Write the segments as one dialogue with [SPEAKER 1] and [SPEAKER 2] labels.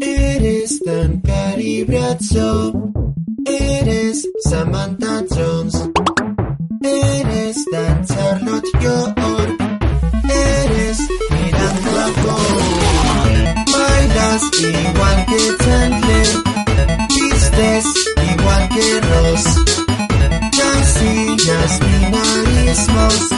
[SPEAKER 1] Eres tan Carrie Bradshaw. Eres Samantha Jones. Eres tan Charlotte York. Eres Miranda Ford. Bailas igual que Chandler. Vistes igual que Ross. Casillas binarismos.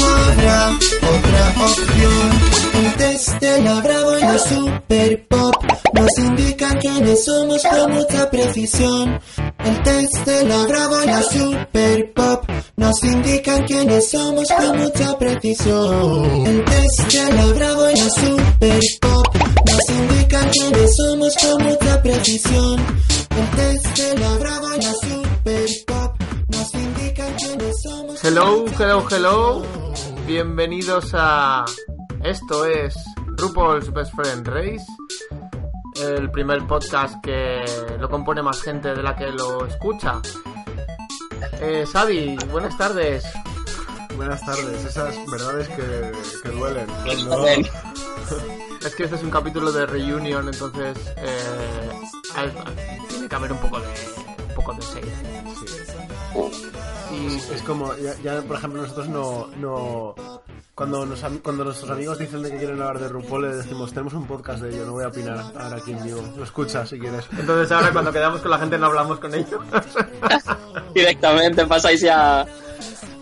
[SPEAKER 1] No habrá otra opción. Desde la Bravo y la Super Pop nos indican quiénes somos con mucha precisión. El test de la Bravo y la Super Pop nos indican quiénes somos con mucha precisión. El test de la Bravo y la Super Pop nos indican quiénes somos con mucha precisión. El test de la Bravo y la Super Pop nos indican quiénes somos. con
[SPEAKER 2] Hello,
[SPEAKER 1] mucha
[SPEAKER 2] hello, hello.
[SPEAKER 1] precisión.
[SPEAKER 2] Bienvenidos a. Esto es RuPaul's Best Friend Race, el primer podcast que lo compone más gente de la que lo escucha. Eh, Xavi, buenas tardes.
[SPEAKER 3] Buenas tardes, esas verdades que, que duelen. Cuando-
[SPEAKER 2] Es que este es un capítulo de reunion, entonces eh, hay- tiene que haber un poco de, un poco de shade.
[SPEAKER 3] sí.
[SPEAKER 2] Y
[SPEAKER 3] Es como, ya, ya, por ejemplo, nosotros no. no cuando, nos, am- cuando nuestros amigos dicen de que quieren hablar de RuPaul, le decimos, tenemos un podcast de ello, no voy a opinar ahora aquí en vivo. Lo escuchas si quieres.
[SPEAKER 2] entonces ahora cuando quedamos con la gente no hablamos con ellos.
[SPEAKER 4] Directamente pasáis ya.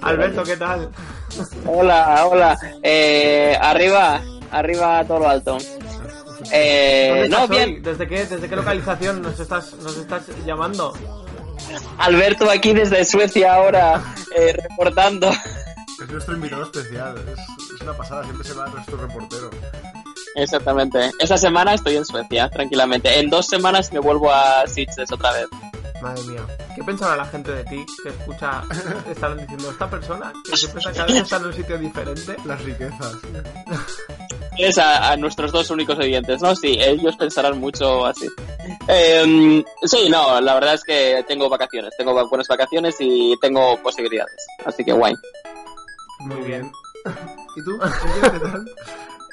[SPEAKER 2] Alberto, ¿qué tal?
[SPEAKER 4] Hola, hola. Eh, arriba, arriba a todo lo alto.
[SPEAKER 2] ¿Dónde
[SPEAKER 4] Eh, no,
[SPEAKER 2] estás hoy?
[SPEAKER 4] bien.
[SPEAKER 2] ¿Desde qué, desde qué localización nos estás, nos estás llamando?
[SPEAKER 4] Alberto aquí desde Suecia ahora eh, reportando.
[SPEAKER 3] Es nuestro invitado especial, es, es una pasada, siempre se va nuestro reportero.
[SPEAKER 4] Exactamente. Esta semana estoy en Suecia, tranquilamente. En dos semanas me vuelvo a Sitges otra vez.
[SPEAKER 2] Madre mía, ¿qué pensará la gente de ti que escucha, estarán diciendo, esta persona que siempre está- cada vez está en un sitio diferente?
[SPEAKER 3] Las riquezas.
[SPEAKER 4] Es a, a nuestros dos únicos oyentes, ¿no? Sí, ellos pensarán mucho así. Eh, sí, no, la verdad es que tengo vacaciones, tengo va- buenas vacaciones y tengo posibilidades. Así que guay.
[SPEAKER 2] Muy bien.
[SPEAKER 3] ¿Y tú? Silvia, ¿Qué tal?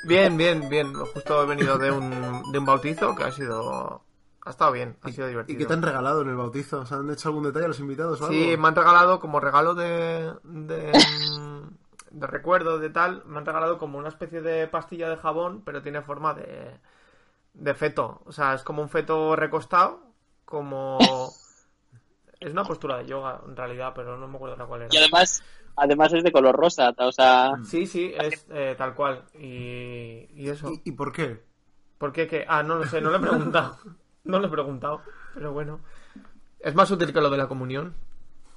[SPEAKER 2] Bien, bien, bien. Justo he venido de un, de un bautizo que ha sido... Ha estado bien, ha sido divertido.
[SPEAKER 3] ¿Y qué te han regalado en el bautizo? ¿Se han hecho algún detalle a los invitados o algo?
[SPEAKER 2] Sí, me han regalado como regalo de, de, mm, de recuerdo, de tal, me han regalado como una especie de pastilla de jabón, pero tiene forma de, de feto. O sea, es como un feto recostado, como... Es una postura de yoga, en realidad, pero no me acuerdo la cual
[SPEAKER 4] Y
[SPEAKER 2] era.
[SPEAKER 4] además, además es de color rosa, o sea,
[SPEAKER 2] Sí, sí, es eh, tal cual. Y, y eso.
[SPEAKER 3] ¿Y, y por qué?
[SPEAKER 2] ¿Por qué? ¿Qué? Ah, no lo sé, no le he preguntado. No le he preguntado, pero bueno. Es más útil que lo de la comunión.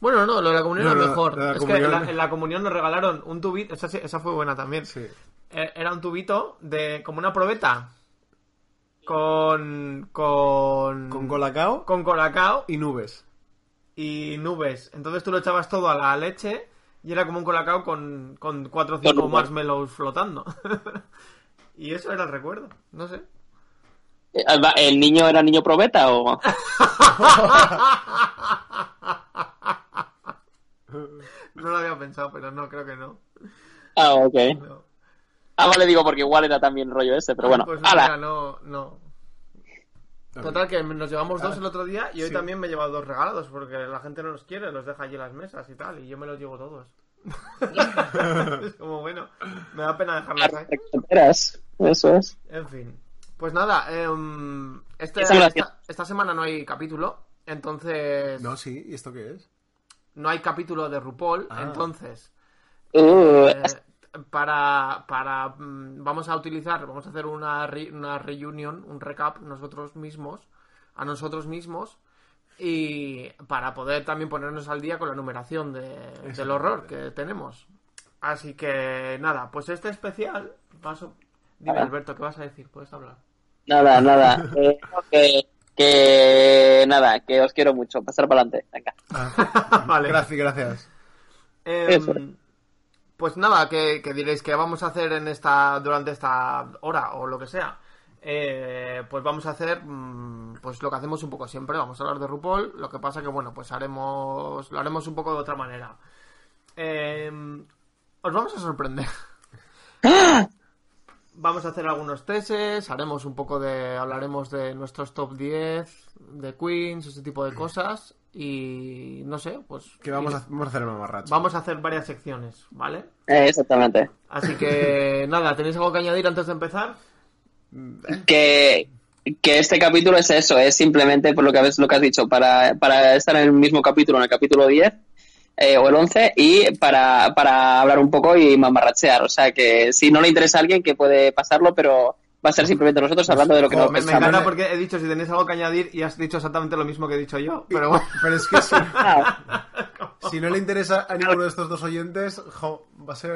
[SPEAKER 2] Bueno, no, lo de la comunión
[SPEAKER 3] No,
[SPEAKER 2] es
[SPEAKER 3] lo-
[SPEAKER 2] mejor.
[SPEAKER 3] lo de la
[SPEAKER 2] es
[SPEAKER 3] comunión-
[SPEAKER 2] que en la, en la comunión nos regalaron un tubito, esa, sí- esa fue buena también.
[SPEAKER 3] Sí.
[SPEAKER 2] Eh, Era un tubito de como una probeta con con
[SPEAKER 3] Con colacao
[SPEAKER 2] con colacao
[SPEAKER 3] y nubes.
[SPEAKER 2] y nubes. Entonces tú lo echabas todo a la leche y era como un colacao con con cuatro o
[SPEAKER 4] Con
[SPEAKER 2] cinco
[SPEAKER 4] humor.
[SPEAKER 2] marshmallows flotando. y eso era el recuerdo, no sé.
[SPEAKER 4] eh, ¿el niño era niño probeta o...?
[SPEAKER 2] No lo había pensado, pero no, creo que no.
[SPEAKER 4] Ah, ok.
[SPEAKER 2] No.
[SPEAKER 4] Ah, vale, digo porque igual era también rollo ese, pero bueno.
[SPEAKER 2] Pues mira,
[SPEAKER 4] ¡Hala!
[SPEAKER 2] no, no. Total, que nos llevamos dos el otro día y hoy
[SPEAKER 3] Sí.
[SPEAKER 2] también me he llevado dos regalados porque la gente no los quiere, los deja allí en las mesas y tal, y yo me los llevo todos. es como bueno, me da pena dejarlos ahí.
[SPEAKER 4] Carteras, Eso es.
[SPEAKER 2] En fin. Pues nada, em, este-
[SPEAKER 4] Esa gracia.
[SPEAKER 2] esta, esta semana no hay capítulo, entonces
[SPEAKER 3] No, sí, ¿y esto qué es?
[SPEAKER 2] no hay capítulo de RuPaul,
[SPEAKER 3] Ah.
[SPEAKER 2] entonces
[SPEAKER 4] Uh,
[SPEAKER 2] eh, para, para mm, vamos a utilizar, vamos a hacer una, re- una reunion, un recap nosotros mismos, a nosotros mismos, y para poder también ponernos al día con la numeración de- del horror que tenemos. Así que nada, pues este especial, paso... Dime
[SPEAKER 4] Nada.
[SPEAKER 2] Alberto, ¿qué vas a decir? Puedes hablar.
[SPEAKER 4] Nada, nada. Eh, no, que, que nada, que os quiero mucho. Pasar para adelante. Venga.
[SPEAKER 2] vale.
[SPEAKER 3] Gracias, gracias.
[SPEAKER 2] Em,
[SPEAKER 4] Eso.
[SPEAKER 2] pues nada, que, que diréis que vamos a hacer en esta durante esta hora o lo que sea. Eh, pues vamos a hacer mm, pues lo que hacemos un poco siempre, vamos a hablar de RuPaul, lo que pasa que bueno, pues haremos lo haremos un poco de otra manera. Em, os vamos a sorprender. Vamos a hacer algunos teses, haremos un poco de. hablaremos de nuestros top 10, de Queens, ese tipo de cosas. Y no sé, pues.
[SPEAKER 3] Mm. Que vamos a, vamos a hacer el mamarracho.
[SPEAKER 2] Vamos a hacer varias secciones, ¿vale?
[SPEAKER 4] Eh, exactamente.
[SPEAKER 2] Así que nada, ¿tenéis algo que añadir antes de empezar?
[SPEAKER 4] que, que este capítulo es eso, es simplemente por lo que habéis, lo que has dicho, para, para estar en el mismo capítulo, en el capítulo 10 eh, o el 11, y para, para hablar un poco y mamarrachear. O sea que si no le interesa a alguien, que puede pasarlo, pero va a ser simplemente nosotros hablando de lo que
[SPEAKER 3] Joder,
[SPEAKER 4] nos
[SPEAKER 2] Oh, Me, me
[SPEAKER 4] pensamos.
[SPEAKER 2] encanta porque he dicho si tenéis algo que añadir y has dicho exactamente lo mismo que he dicho yo, pero bueno.
[SPEAKER 3] Pero es que si,
[SPEAKER 4] Ah,
[SPEAKER 3] si no le interesa a ninguno de estos dos oyentes, jo, va a ser.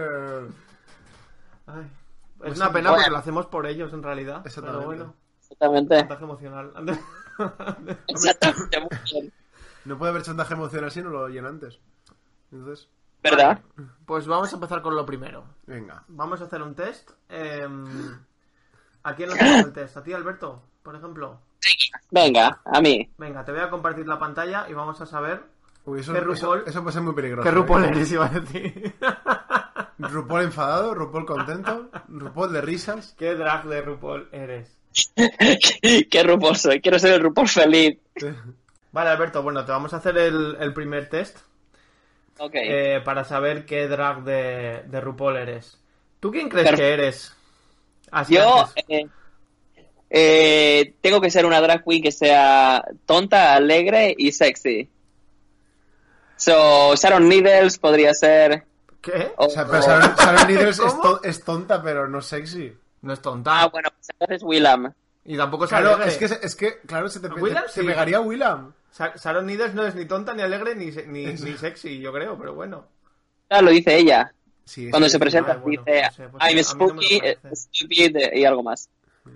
[SPEAKER 2] ay, es
[SPEAKER 3] Pues
[SPEAKER 2] una
[SPEAKER 3] sí.
[SPEAKER 2] pena
[SPEAKER 4] Bueno.
[SPEAKER 2] porque lo hacemos por ellos en realidad, pero
[SPEAKER 3] Exactamente.
[SPEAKER 2] bueno,
[SPEAKER 4] exactamente.
[SPEAKER 2] chantaje emocional.
[SPEAKER 4] Exactamente, muy bien.
[SPEAKER 3] No puede haber chantaje emocional si no lo oyen antes. Entonces,
[SPEAKER 4] ¿Verdad?
[SPEAKER 2] Pues vamos a empezar con lo primero.
[SPEAKER 3] venga.
[SPEAKER 2] Vamos a hacer un test. eh, ¿A quién le hacemos el test? ¿A ti, Alberto, por ejemplo?
[SPEAKER 4] Venga, a mí.
[SPEAKER 2] Venga, te voy a compartir la pantalla y vamos a saber
[SPEAKER 3] Uy, eso,
[SPEAKER 2] ¿Qué
[SPEAKER 3] eso-
[SPEAKER 2] RuPaul?
[SPEAKER 3] eso puede ser muy peligroso.
[SPEAKER 2] qué RuPaul
[SPEAKER 3] ¿eh?
[SPEAKER 2] eres, iba a decir.
[SPEAKER 3] RuPaul enfadado, RuPaul contento, RuPaul de risas.
[SPEAKER 2] ¿Qué drag de RuPaul eres?
[SPEAKER 4] Qué rupor soy. Quiero ser el rupor feliz.
[SPEAKER 2] Vale, Alberto, bueno, te vamos a hacer el, el primer test
[SPEAKER 4] Ok.
[SPEAKER 2] eh, para saber qué drag de, de RuPaul eres. ¿Tú quién crees
[SPEAKER 4] Perfecto.
[SPEAKER 2] que eres? Así
[SPEAKER 4] Yo
[SPEAKER 2] antes.
[SPEAKER 4] eh, eh, tengo que ser una drag queen que sea tonta, alegre y sexy. So, Sharon Needles podría ser.
[SPEAKER 2] ¿Qué?
[SPEAKER 4] o-
[SPEAKER 3] O sea, pero Sharon, Sharon Needles es,
[SPEAKER 2] ¿Cómo?
[SPEAKER 3] to- es tonta, pero no sexy.
[SPEAKER 2] No pues es
[SPEAKER 4] Ah,
[SPEAKER 2] tonta.
[SPEAKER 4] bueno, pues entonces Willam.
[SPEAKER 2] Y tampoco es
[SPEAKER 3] Claro,
[SPEAKER 2] alegre.
[SPEAKER 3] es que, es que claro, se te, pe-
[SPEAKER 2] Willam
[SPEAKER 3] te- te
[SPEAKER 2] eh, sí.
[SPEAKER 3] pegaría Willam.
[SPEAKER 2] Sa- Sharon Needles no es ni tonta, ni alegre, ni, se- ni, ni sexy, yo creo, pero bueno.
[SPEAKER 4] Ah, lo dice ella.
[SPEAKER 3] Sí,
[SPEAKER 4] Cuando
[SPEAKER 3] sí,
[SPEAKER 4] se presenta,
[SPEAKER 2] vale, bueno,
[SPEAKER 4] dice
[SPEAKER 2] no sé, pues a mí no me
[SPEAKER 4] I'm
[SPEAKER 2] lo
[SPEAKER 4] spooky, eh,
[SPEAKER 2] parece.
[SPEAKER 4] stupid eh, y algo más.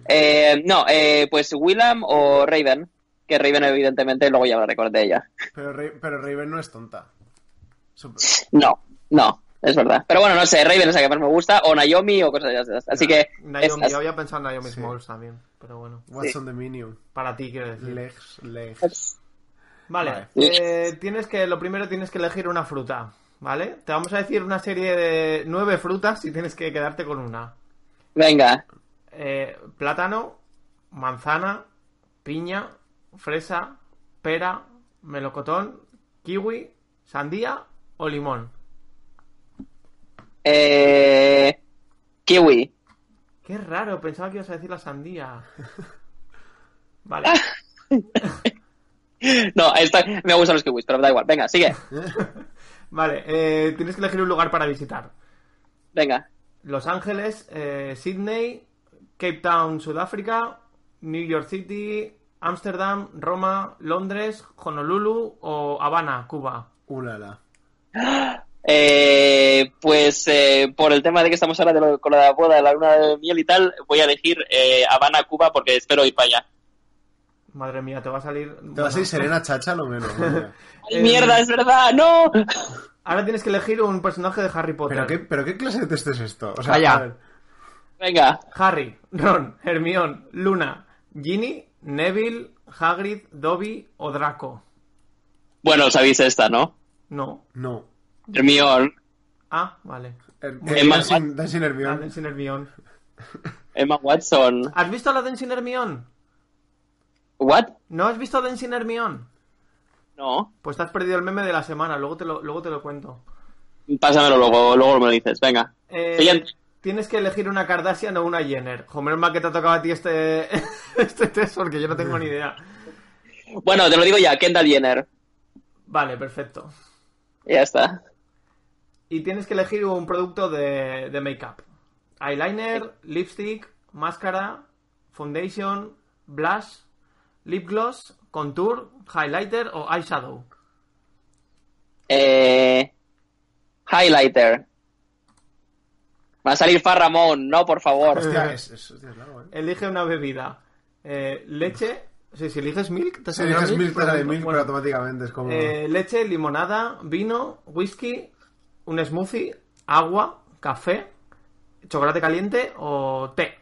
[SPEAKER 4] Eh, no, eh, pues Willam o Raven. Que Raven, evidentemente, luego ya hablaré con de ella.
[SPEAKER 3] Pero, Ra- pero Raven no es tonta. Sup-
[SPEAKER 4] No, no, es verdad. Pero bueno, no sé, Raven es la que más me gusta, o Naomi o cosas de esas. Así que.
[SPEAKER 2] Naomi,
[SPEAKER 4] esas.
[SPEAKER 2] yo había pensado en Naomi
[SPEAKER 3] Sí.
[SPEAKER 2] Smalls también, pero bueno.
[SPEAKER 3] What's
[SPEAKER 4] Sí.
[SPEAKER 3] on the menu?
[SPEAKER 2] Para ti, quiero decir.
[SPEAKER 3] Legs, legs.
[SPEAKER 2] Vale,
[SPEAKER 3] Vale.
[SPEAKER 2] eh, tienes que, lo primero tienes que elegir una fruta, ¿vale? Te vamos a decir una serie de nueve frutas y tienes que quedarte con una.
[SPEAKER 4] Venga,
[SPEAKER 2] Eh, plátano, manzana, piña, fresa, pera, melocotón, kiwi, sandía o limón.
[SPEAKER 4] eh, kiwi.
[SPEAKER 2] Qué raro, pensaba que ibas a decir la sandía. Vale,
[SPEAKER 4] No, esta- me gustan los kiwis, pero da igual. Venga, sigue.
[SPEAKER 2] vale, eh, tienes que elegir un lugar para visitar.
[SPEAKER 4] Venga.
[SPEAKER 2] Los Ángeles, eh, Sydney, Cape Town, Sudáfrica, New York City, Ámsterdam, Roma, Londres, Honolulu o Habana, Cuba.
[SPEAKER 3] Ulala.
[SPEAKER 4] Eh, pues eh, por el tema de que estamos ahora de lo- con la boda de la luna de miel y tal, voy a elegir eh, Habana, Cuba, porque espero ir para allá.
[SPEAKER 2] Madre mía, te va a salir.
[SPEAKER 3] Te vas a
[SPEAKER 2] bueno.
[SPEAKER 3] ir Serena Chacha lo menos. vaya.
[SPEAKER 4] ¡Ay,
[SPEAKER 2] Eh,
[SPEAKER 4] mierda, es verdad! ¡No!
[SPEAKER 2] Ahora tienes que elegir un personaje de Harry Potter.
[SPEAKER 3] ¿Pero, qué, ¿Pero qué clase de test es esto? O sea,
[SPEAKER 2] Calla.
[SPEAKER 3] a ver,
[SPEAKER 4] Venga.
[SPEAKER 2] Harry, Ron, Hermión, Luna, Ginny, Neville, Hagrid, Dobby o Draco.
[SPEAKER 4] Bueno, sabéis esta, ¿no?
[SPEAKER 2] No.
[SPEAKER 3] no.
[SPEAKER 4] Hermione.
[SPEAKER 2] Ah, vale.
[SPEAKER 3] El,
[SPEAKER 4] bien.
[SPEAKER 3] Dancing, Dancing
[SPEAKER 2] La
[SPEAKER 3] Hermione.
[SPEAKER 2] Dancing Hermión.
[SPEAKER 4] Emma Watson.
[SPEAKER 2] ¿Has visto la Dancing Hermión?
[SPEAKER 4] ¿What?
[SPEAKER 2] ¿No has visto Dancing Hermión?
[SPEAKER 4] No.
[SPEAKER 2] Pues te has perdido el meme de la semana, luego te lo, luego te lo cuento.
[SPEAKER 4] Pásamelo luego, luego me lo dices. Venga.
[SPEAKER 2] Eh,
[SPEAKER 4] Siguiente.
[SPEAKER 2] tienes que elegir una Kardashian o una Jenner. Joder, mal que te ha tocado a ti este, este test, porque yo no tengo ni idea.
[SPEAKER 4] Bueno, te lo digo ya, Kendall Jenner.
[SPEAKER 2] Vale, perfecto.
[SPEAKER 4] Ya está.
[SPEAKER 2] Y tienes que elegir un producto de, de make-up. Eyeliner, lipstick, máscara, foundation, blush, lip gloss, contour, highlighter o eyeshadow.
[SPEAKER 4] Eh, highlighter. Va a salir Farramón, no, por favor.
[SPEAKER 3] Hostia, es, es, hostia, es largo, ¿eh?
[SPEAKER 2] Elige una bebida. Eh, leche. Sí, si eliges milk, te
[SPEAKER 3] Si
[SPEAKER 2] saldrá
[SPEAKER 3] eliges mil, te
[SPEAKER 2] por
[SPEAKER 3] sale
[SPEAKER 2] ejemplo.
[SPEAKER 3] mil, pero
[SPEAKER 2] Bueno,
[SPEAKER 3] automáticamente es como...
[SPEAKER 2] eh, leche, limonada, vino, whisky, un smoothie, agua, café, chocolate caliente o té.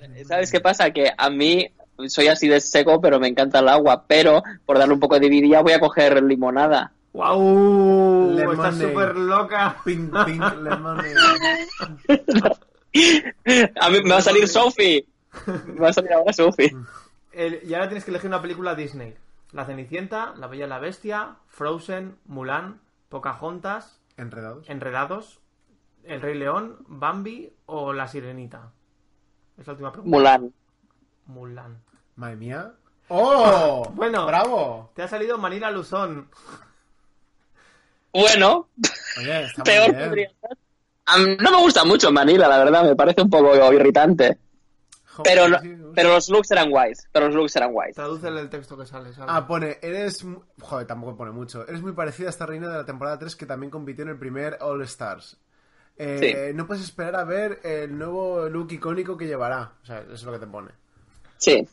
[SPEAKER 3] Eh.
[SPEAKER 4] ¿Sabes qué pasa? Que a mí soy así de seco, pero me encanta el agua. Pero por darle un poco de vidilla voy a coger limonada.
[SPEAKER 2] ¡Wow!
[SPEAKER 3] Lemonade.
[SPEAKER 2] Estás súper loca.
[SPEAKER 3] Pink, pink, lemon... eh.
[SPEAKER 4] A mí me va a salir Sophie. Me va a salir ahora Sophie.
[SPEAKER 3] Mm.
[SPEAKER 2] El- y ahora tienes que elegir una película Disney. La Cenicienta, La Bella y la Bestia, Frozen, Mulan, Pocahontas,
[SPEAKER 3] Enredados.
[SPEAKER 2] Enredados, El Rey León, Bambi o La Sirenita. Es la última pregunta.
[SPEAKER 4] Mulan.
[SPEAKER 2] Mulan.
[SPEAKER 3] Madre mía. ¡Oh!
[SPEAKER 2] Bueno.
[SPEAKER 3] ¡Bravo!
[SPEAKER 2] Te ha salido Manila Luzón.
[SPEAKER 4] Bueno,
[SPEAKER 3] Oye, está muy
[SPEAKER 4] peor
[SPEAKER 3] bien.
[SPEAKER 4] podría estar. A mí No me gusta mucho Manila, la verdad. Me parece un poco irritante.
[SPEAKER 3] Joder,
[SPEAKER 4] Pero, no-
[SPEAKER 3] Oh, sí, sí.
[SPEAKER 4] pero los looks eran guays. Pero los looks eran guays.
[SPEAKER 2] Tradúcele el texto que sale. ¿sabes?
[SPEAKER 3] Ah, pone, eres... mu- Joder, tampoco pone mucho. Eres muy parecida a esta reina de la temporada 3 que también compitió en el primer All Stars. Eh, No puedes esperar a ver el nuevo look icónico que llevará. O sea, eso es lo que te pone.
[SPEAKER 4] Sí.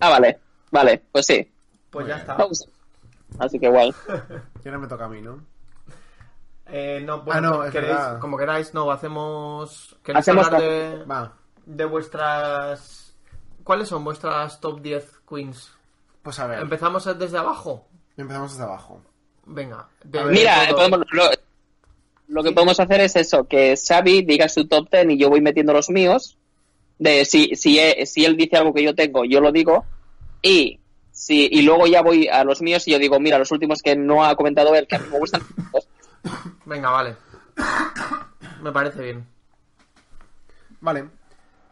[SPEAKER 4] Ah, vale. Vale, pues sí.
[SPEAKER 2] pues ya está.
[SPEAKER 4] Me gusta. Así que guay.
[SPEAKER 3] Y ahora me toca a mí, ¿no?
[SPEAKER 2] Eh, no, bueno,
[SPEAKER 3] Ah, no, es
[SPEAKER 2] queréis-
[SPEAKER 3] verdad.
[SPEAKER 2] como queráis, no, hacemos... ¿Queréis
[SPEAKER 4] Hacemos
[SPEAKER 2] hablar
[SPEAKER 4] la-
[SPEAKER 2] de,
[SPEAKER 3] Va.
[SPEAKER 2] de vuestras... ¿Cuáles son vuestras top 10 queens?
[SPEAKER 3] Pues a ver,
[SPEAKER 2] ¿Empezamos desde abajo?
[SPEAKER 3] empezamos desde abajo.
[SPEAKER 2] Venga. de-
[SPEAKER 4] Mira,
[SPEAKER 2] de Pues todo.
[SPEAKER 4] podemos- lo, lo que podemos hacer es eso, que Xavi diga su top ten y yo voy metiendo los míos. De si, si, he- si él dice algo que yo tengo, yo lo digo. Y, si, y luego ya voy a los míos y yo digo, mira, los últimos que no ha comentado él, que a mí me gustan. pues,
[SPEAKER 2] Venga, vale. Me parece bien.
[SPEAKER 3] Vale,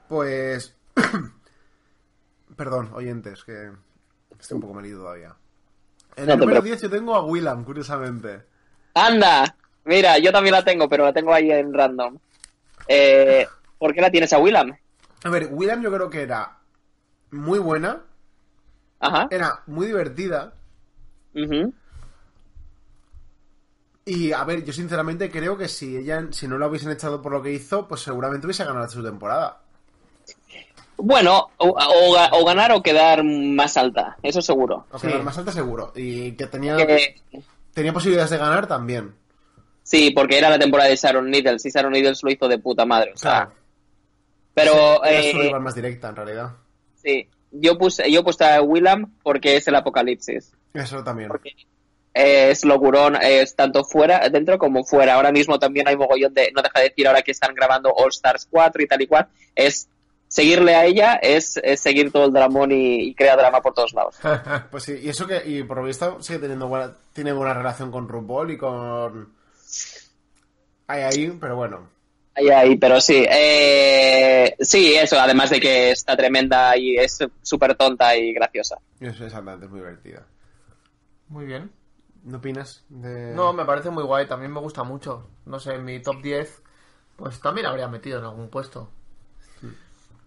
[SPEAKER 3] pues... Perdón, oyentes, que estoy un poco merido todavía. En
[SPEAKER 4] No
[SPEAKER 3] el
[SPEAKER 4] te
[SPEAKER 3] número
[SPEAKER 4] preocupes.
[SPEAKER 3] 10 yo tengo a Willam, curiosamente.
[SPEAKER 4] ¡Anda! Mira, yo también la tengo, pero la tengo ahí en random. Eh, ¿Por qué la tienes a Willam?
[SPEAKER 3] A ver, Willam yo creo que era muy buena,
[SPEAKER 4] Ajá.
[SPEAKER 3] era muy divertida,
[SPEAKER 4] ujú.
[SPEAKER 3] Y a ver, yo sinceramente creo que si ella, si no la hubiesen echado por lo que hizo, pues seguramente hubiese ganado su temporada.
[SPEAKER 4] Bueno, o, o ga- o ganar o quedar más alta, eso seguro.
[SPEAKER 3] O
[SPEAKER 2] Sí.
[SPEAKER 3] quedar más alta seguro. Y que tenía,
[SPEAKER 4] Que-
[SPEAKER 3] tenía posibilidades de ganar también.
[SPEAKER 4] Sí, porque era la temporada de Sharon Needles y Sharon Needles lo hizo de puta madre. O sea,
[SPEAKER 3] Claro.
[SPEAKER 4] pero
[SPEAKER 3] Ah, Era
[SPEAKER 4] eh,
[SPEAKER 3] su rival más directa, en realidad.
[SPEAKER 4] sí, yo puse, yo he puesto a Willam porque es el apocalipsis.
[SPEAKER 3] Eso también.
[SPEAKER 4] Porque eh, es locurón, eh, es tanto fuera, dentro como fuera. Ahora mismo también hay mogollón de, no deja de decir ahora que están grabando All Stars 4 y tal y cual, es seguirle a ella, es, es seguir todo el dramón y, y crea drama por todos lados.
[SPEAKER 3] Pues sí, y eso que, y por lo visto sigue teniendo buena, tiene buena relación con RuPaul y con. Ahí, ahí, pero bueno.
[SPEAKER 4] Ahí, ahí, pero sí. Eh, sí, eso, además de que está tremenda y es súper tonta y graciosa.
[SPEAKER 3] Eso es andante, es muy divertida.
[SPEAKER 2] Muy bien.
[SPEAKER 3] ¿No opinas? De...
[SPEAKER 2] Eh. No, me parece muy guay. También me gusta mucho. No sé, en mi top 10, pues también habría metido en algún puesto.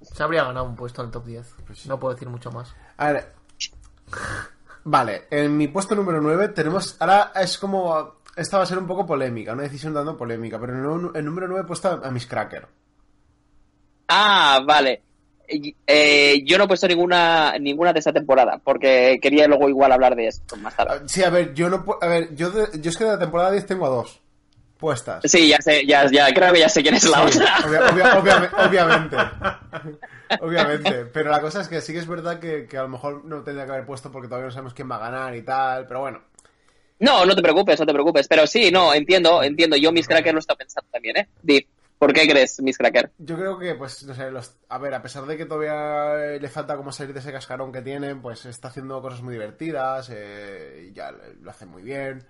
[SPEAKER 2] Se habría ganado un puesto en el top 10.
[SPEAKER 3] Pues
[SPEAKER 2] No puedo decir mucho más.
[SPEAKER 3] A ver. Vale, en mi puesto número 9 tenemos. Ahora es como. Esta va a ser un poco polémica, una decisión dando polémica, pero en el, en número 9 he puesto a, a Miss Cracker.
[SPEAKER 4] Ah, vale. Y- eh, yo no he puesto ninguna, ninguna de esta temporada, porque quería luego igual hablar de esto más
[SPEAKER 3] Ah,
[SPEAKER 4] tarde.
[SPEAKER 3] Sí, a ver, yo no. pu- A ver, yo, de- yo es que de la temporada 10 tengo a dos puestas.
[SPEAKER 4] Sí, ya sé, ya, ya, creo que ya sé quién es la otra.
[SPEAKER 3] Obvia- obvia- obvia- obviamente. Obviamente. Pero la cosa es que sí que es verdad que, que a lo mejor no tendría que haber puesto porque todavía no sabemos quién va a ganar y tal, pero bueno.
[SPEAKER 4] No, no te preocupes, no te preocupes. Pero sí, no, entiendo, entiendo. Yo Miss Cracker lo está pensando también, ¿eh? Di, ¿por qué crees Miss Cracker?
[SPEAKER 3] Yo creo que, pues, no sé, los, a ver, a pesar de que todavía le falta como salir de ese cascarón que tienen, pues está haciendo cosas muy divertidas, eh, y ya lo hace muy bien.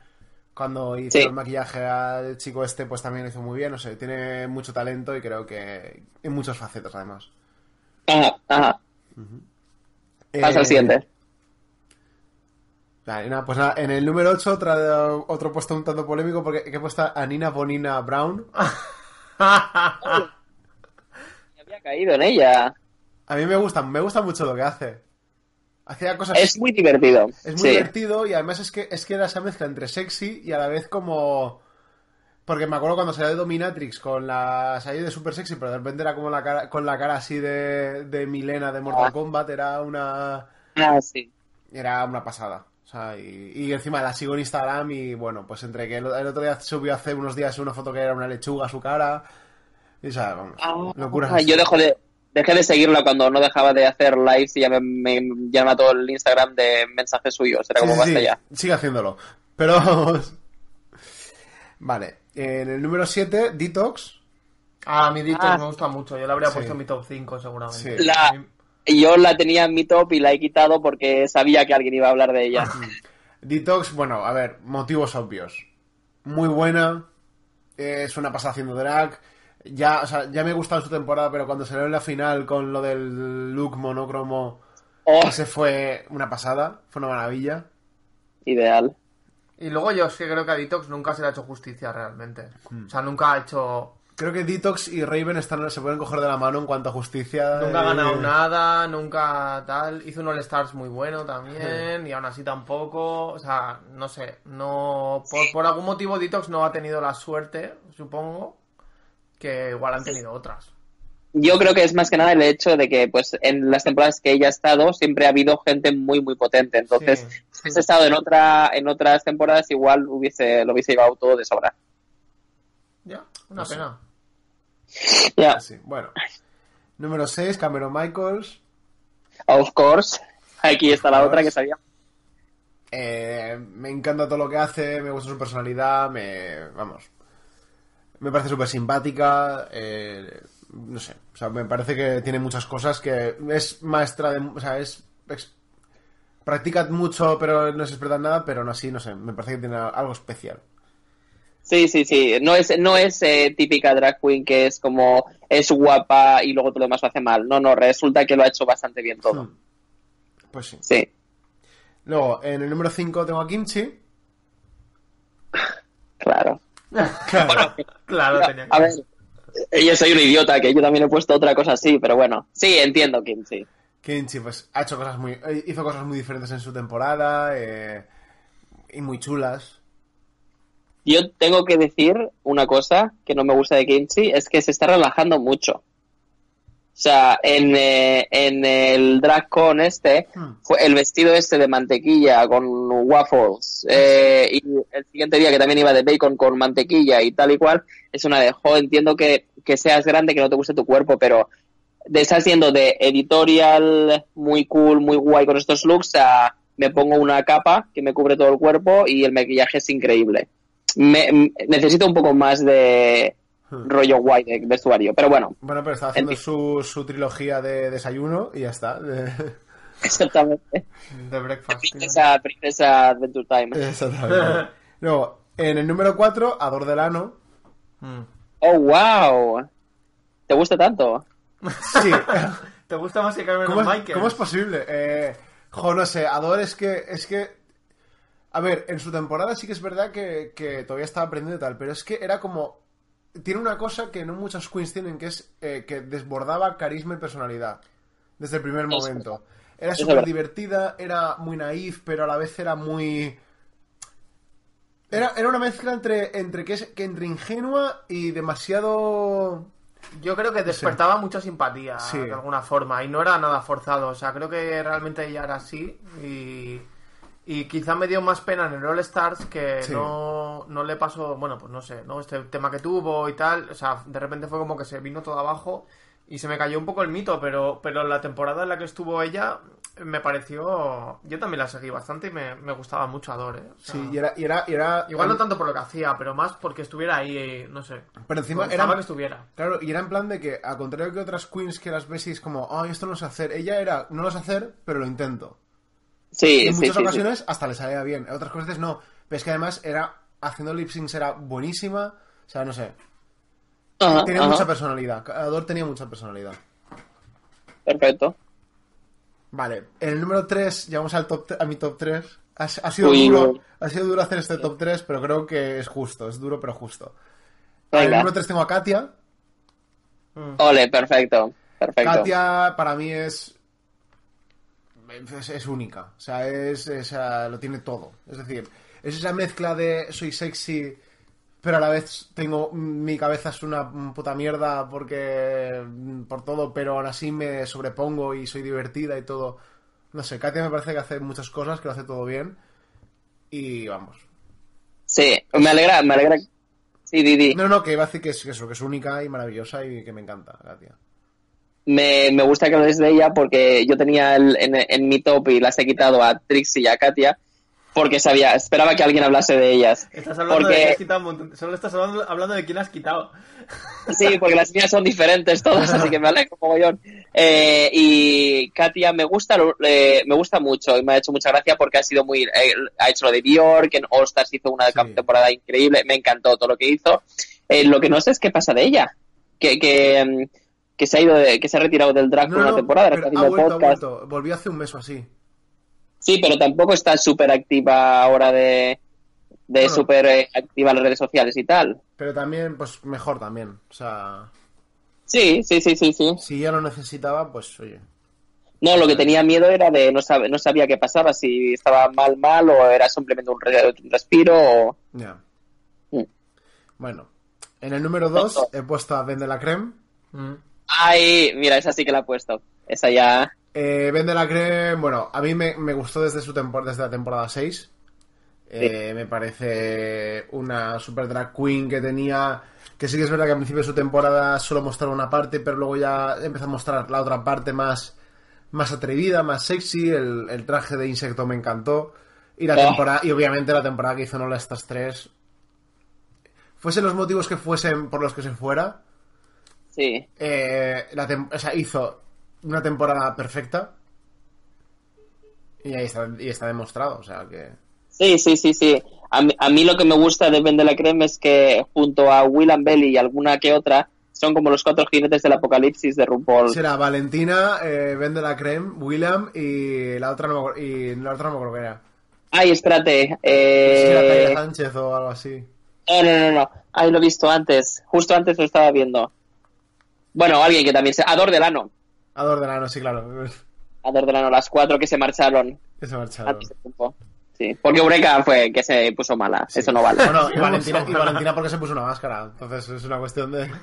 [SPEAKER 3] Cuando hizo
[SPEAKER 4] Sí.
[SPEAKER 3] el maquillaje al chico este, pues también lo hizo muy bien, no sé, tiene mucho talento y creo que en muchas facetas además.
[SPEAKER 4] Ajá, ajá. Pasa
[SPEAKER 3] Eh,
[SPEAKER 4] al siguiente.
[SPEAKER 3] Nah, y nada, pues nada, en el número 8 otra, otro puesto un tanto polémico porque que he puesto a Nina Bonina Brown.
[SPEAKER 4] Había caído en ella.
[SPEAKER 3] A mí me gusta, me gusta mucho lo que hace. Hacía cosas...
[SPEAKER 4] Es muy divertido.
[SPEAKER 3] Es muy
[SPEAKER 4] sí.
[SPEAKER 3] divertido y además es que, es que era esa mezcla entre sexy y a la vez como... Porque me acuerdo cuando salió de Dominatrix con la salió de Super Sexy, pero de repente era como la cara, con la cara así de, de Milena de Mortal
[SPEAKER 4] Ah.
[SPEAKER 3] Kombat, era una
[SPEAKER 4] Ah, sí.
[SPEAKER 3] era una pasada. O sea, y, y encima la sigo en Instagram y bueno, pues entre que el, el otro día subió hace unos días una foto que era una lechuga a su cara. Y o sea, vamos,
[SPEAKER 4] Ah,
[SPEAKER 3] locuras
[SPEAKER 4] ah,
[SPEAKER 3] así.
[SPEAKER 4] yo dejo de, dejé de seguirla cuando no dejaba de hacer lives y ya me, me llama todo el Instagram de mensajes suyos. Era
[SPEAKER 3] Sí,
[SPEAKER 4] como
[SPEAKER 3] sí,
[SPEAKER 4] basta
[SPEAKER 3] sí,
[SPEAKER 4] ya.
[SPEAKER 3] Sigue haciéndolo. Pero vamos. Vale. En el número 7, Detox.
[SPEAKER 2] A mi Dito
[SPEAKER 4] Ah.
[SPEAKER 2] me gusta mucho. Yo la habría
[SPEAKER 3] Sí.
[SPEAKER 2] puesto en mi top 5, seguramente.
[SPEAKER 3] Sí.
[SPEAKER 4] La-
[SPEAKER 2] A mí-
[SPEAKER 4] Yo la tenía en mi top y la he quitado porque sabía que alguien iba a hablar de ella.
[SPEAKER 3] Detox, bueno, a ver, motivos obvios. Muy buena. eh, Es una pasada haciendo drag. Ya, o sea, ya me gustaba su temporada, pero cuando salió en la final con lo del look monocromo,
[SPEAKER 4] Oh,
[SPEAKER 3] ese fue una pasada, fue una maravilla.
[SPEAKER 4] ideal.
[SPEAKER 2] Y luego yo sí creo que a Detox nunca se le ha hecho justicia realmente.
[SPEAKER 3] Mm.
[SPEAKER 2] O sea, nunca ha hecho...
[SPEAKER 3] Creo que Detox y Raven están, se pueden coger de la mano en cuanto a justicia.
[SPEAKER 2] Nunca ha
[SPEAKER 3] eh,
[SPEAKER 2] ganado nada, nunca tal. Hizo un All-Stars muy bueno también, y aún así tampoco. O sea, no sé. no por, por algún motivo Detox no ha tenido la suerte, supongo, que igual han tenido otras.
[SPEAKER 4] Yo creo que es más que nada el hecho de que, pues, en las temporadas que ella ha estado, siempre ha habido gente muy, muy potente. Entonces,
[SPEAKER 2] Sí,
[SPEAKER 4] si hubiese estado en otra, en otras temporadas, igual hubiese, lo hubiese llevado todo de sobra.
[SPEAKER 2] Ya, una
[SPEAKER 3] No sé.
[SPEAKER 2] pena.
[SPEAKER 4] Yeah,
[SPEAKER 3] sí, bueno. Número 6, Cameron Michaels.
[SPEAKER 4] of course. Aquí está la
[SPEAKER 3] course.
[SPEAKER 4] otra que sabía.
[SPEAKER 3] Eh, me encanta todo lo que hace, me gusta su personalidad, me. Vamos. Me parece súper simpática. eh, no sé. O sea, me parece que tiene muchas cosas que es maestra de. O sea, es. es- practica mucho, pero no es experta en nada, pero aún así, no sé. Me parece que tiene algo especial.
[SPEAKER 4] Sí, sí, sí. No es, no es eh, típica drag queen que es como es guapa y luego todo lo demás lo hace mal. No, no, resulta que lo ha hecho bastante bien todo.
[SPEAKER 3] Hmm. Pues sí.
[SPEAKER 4] Sí.
[SPEAKER 3] Luego, en el número 5 tengo a Kimchi.
[SPEAKER 4] Claro.
[SPEAKER 3] Claro.
[SPEAKER 2] Claro, tenía que-
[SPEAKER 4] A ver, eh, yo soy un idiota, que yo también he puesto otra cosa así, pero bueno. Sí, entiendo, Kim, sí.
[SPEAKER 3] Kimchi, pues, ha hecho cosas muy. eh, Hizo cosas muy diferentes en su temporada. eh, y muy chulas.
[SPEAKER 4] Yo tengo que decir una cosa que no me gusta de Kimchi, es que se está relajando mucho. O sea, en, eh, en el drag con este,
[SPEAKER 3] Hmm.
[SPEAKER 4] fue el vestido este de mantequilla con waffles, eh, y el siguiente día que también iba de bacon con mantequilla y tal y cual, es una de, jo, entiendo que, que seas grande, que no te guste tu cuerpo, pero de estar siendo de editorial muy cool, muy guay con estos looks, a me pongo una capa que me cubre todo el cuerpo y el maquillaje es increíble. Me, m- necesito un poco más de
[SPEAKER 3] Hmm.
[SPEAKER 4] rollo guay de vestuario, pero bueno,
[SPEAKER 3] Bueno, pero estaba haciendo
[SPEAKER 4] En fin.
[SPEAKER 3] su, su trilogía de desayuno y ya está. de-
[SPEAKER 4] exactamente.
[SPEAKER 2] The Breakfast. tío.
[SPEAKER 4] Princesa, princesa Adventure
[SPEAKER 3] Eh.
[SPEAKER 4] Time.
[SPEAKER 3] Exactamente. Luego, en el número 4, Ador Delano.
[SPEAKER 2] Mm.
[SPEAKER 4] Oh, wow. ¿Te gusta tanto?
[SPEAKER 3] Sí.
[SPEAKER 2] ¿Te gusta más que Cameron
[SPEAKER 3] ¿Cómo es,
[SPEAKER 2] Michael?
[SPEAKER 3] cómo es posible? Eh, jo, no sé, Ador es que, es que... A ver, en su temporada sí que es verdad que, que todavía estaba aprendiendo y tal, pero es que era como... Tiene una cosa que no muchas queens tienen, que es eh, que desbordaba carisma y personalidad desde el primer momento. Era
[SPEAKER 4] Eso es
[SPEAKER 3] súper
[SPEAKER 4] verdad.
[SPEAKER 3] divertida, era muy naif, pero a la vez era muy... Era, era una mezcla entre, entre, que es, que entre ingenua y demasiado...
[SPEAKER 2] Yo creo que despertaba mucha simpatía
[SPEAKER 3] Sí.
[SPEAKER 2] de alguna forma y no era nada forzado. O sea, creo que realmente ella era así y, y quizá me dio más pena en el All Stars que
[SPEAKER 3] Sí.
[SPEAKER 2] no, no le pasó, bueno, pues no sé, ¿no? Este tema que tuvo y tal. O sea, de repente fue como que se vino todo abajo y se me cayó un poco el mito, pero, pero la temporada en la que estuvo ella me pareció. Yo también la seguí bastante y me, me gustaba mucho Adore. ¿eh? O sea,
[SPEAKER 3] Sí, y era... Y era, y era
[SPEAKER 2] Igual no tanto por lo que hacía, pero más porque estuviera ahí, eh, no sé.
[SPEAKER 3] Pero encima
[SPEAKER 2] Me gustaba
[SPEAKER 3] era-
[SPEAKER 2] que estuviera.
[SPEAKER 3] Claro, y era en plan de que, al contrario que otras queens que las ves y es como, ay, esto no lo sé hacer, ella era, no lo sé hacer, pero lo intento.
[SPEAKER 4] Sí,
[SPEAKER 3] en
[SPEAKER 4] sí,
[SPEAKER 3] muchas
[SPEAKER 4] sí, sí.
[SPEAKER 3] ocasiones hasta le salía bien, en otras cosas no. Pero es que además era, haciendo lip syncs era buenísima, o sea, no sé,
[SPEAKER 4] Ajá,
[SPEAKER 3] tenía
[SPEAKER 4] ajá.
[SPEAKER 3] mucha personalidad, Ador tenía mucha personalidad.
[SPEAKER 4] Perfecto.
[SPEAKER 3] Vale, en el número 3, llegamos al top, te- a mi top 3, Ha, ha sido
[SPEAKER 4] Uy,
[SPEAKER 3] duro,
[SPEAKER 4] no.
[SPEAKER 3] ha sido duro hacer este top 3, pero creo que es justo, es duro pero justo. En el
[SPEAKER 4] Venga.
[SPEAKER 3] número 3 tengo a Katia.
[SPEAKER 4] Ole, perfecto. Perfecto.
[SPEAKER 3] Katia para mí es, es, es única, o sea, es, esa- lo tiene todo. Es decir, es esa mezcla de soy sexy, pero a la vez tengo mi cabeza es una puta mierda porque por todo, pero aún así me sobrepongo y soy divertida y todo. No sé, Katia me parece que hace muchas cosas, que lo hace todo bien. Y vamos.
[SPEAKER 4] Sí, me alegra, me alegra. Sí, Didi.
[SPEAKER 3] No, no, que iba a decir que es, que eso, que es única y maravillosa y que me encanta, Katia.
[SPEAKER 4] Me, me gusta que hables de ella porque yo tenía el- en, en mi top y las he quitado a Trixie y a Katia porque sabía, esperaba que alguien hablase de ellas.
[SPEAKER 2] Estás hablando de
[SPEAKER 4] Porque-
[SPEAKER 2] que has quitado un montón- Solo estás hablando, hablando de quién has quitado.
[SPEAKER 4] Sí, porque las mías son diferentes todas, así que me alegro mogollón. Eh, y Katia me gusta, lo- eh, me gusta mucho y me ha hecho mucha gracia porque ha sido muy, eh, ha hecho lo de Bjork, en All Stars hizo una
[SPEAKER 3] Sí.
[SPEAKER 4] temporada increíble, me encantó todo lo que hizo. Eh, lo que no sé es qué pasa de ella, que, que, mm, que se ha ido, de- que se ha retirado del drag por una temporada,
[SPEAKER 3] pero
[SPEAKER 4] está
[SPEAKER 3] ha
[SPEAKER 4] haciendo
[SPEAKER 3] vuelto, ha
[SPEAKER 4] podcast.
[SPEAKER 3] vuelto. Volvió hace un mes o así.
[SPEAKER 4] Sí, pero tampoco está súper activa ahora de, de
[SPEAKER 3] Bueno.
[SPEAKER 4] súper eh, activa en las redes sociales y tal.
[SPEAKER 3] Pero también, pues mejor también. O sea,
[SPEAKER 4] Sí, sí, sí, sí, sí.
[SPEAKER 3] si ya lo necesitaba, pues oye.
[SPEAKER 4] No, lo que tenía miedo era de no, sab- no sabía qué pasaba, si estaba mal, mal o era simplemente un, re- un respiro o...
[SPEAKER 3] Ya.
[SPEAKER 4] Mm.
[SPEAKER 3] Bueno. En el número 2 he puesto a Vende la Creme.
[SPEAKER 2] Mm.
[SPEAKER 4] Ay, mira, esa sí que la he puesto. Esa ya...
[SPEAKER 3] Eh, Vende la Creme, bueno, a mí me, me gustó desde, su tempor- desde la temporada 6. Eh, Me parece una super drag queen que tenía. Que sí que es verdad que al principio de su temporada solo mostraba una parte, pero luego ya empezó a mostrar la otra parte más, más atrevida, más sexy. El, el traje de insecto me encantó. Y la
[SPEAKER 4] Ah.
[SPEAKER 3] temporada, y obviamente la temporada que hizo Nola estas tres. Fuesen los motivos que fuesen por los que se fuera,
[SPEAKER 4] Sí,
[SPEAKER 3] eh, la tem- o sea, hizo una temporada perfecta. Y ahí está, y está demostrado. O sea que.
[SPEAKER 4] sí, sí, sí, sí. A mí, a mí lo que me gusta de Ben de la Creme es que junto a Will and Belly y alguna que otra son como los cuatro jinetes del apocalipsis de RuPaul.
[SPEAKER 3] Será Valentina, eh, Vende la Creme, William y la otra no me acuerdo, y la otra no me acuerdo que era.
[SPEAKER 4] Ay, espérate.
[SPEAKER 3] No sé si era
[SPEAKER 4] Eh...
[SPEAKER 3] Taylor Sánchez o algo así.
[SPEAKER 4] No, no, no, no. Ahí lo he visto antes. Justo antes lo estaba viendo. Bueno, alguien que también se... Ador Delano.
[SPEAKER 3] Ador de Nano, sí, claro.
[SPEAKER 4] Ador Delano, las cuatro que se marcharon
[SPEAKER 3] Ese marchado.
[SPEAKER 4] antes de tiempo. Sí, porque Eureka fue que se puso mala. Eso no vale.
[SPEAKER 3] Bueno, y Valentina, y Valentina porque se puso una máscara. Entonces es una cuestión de.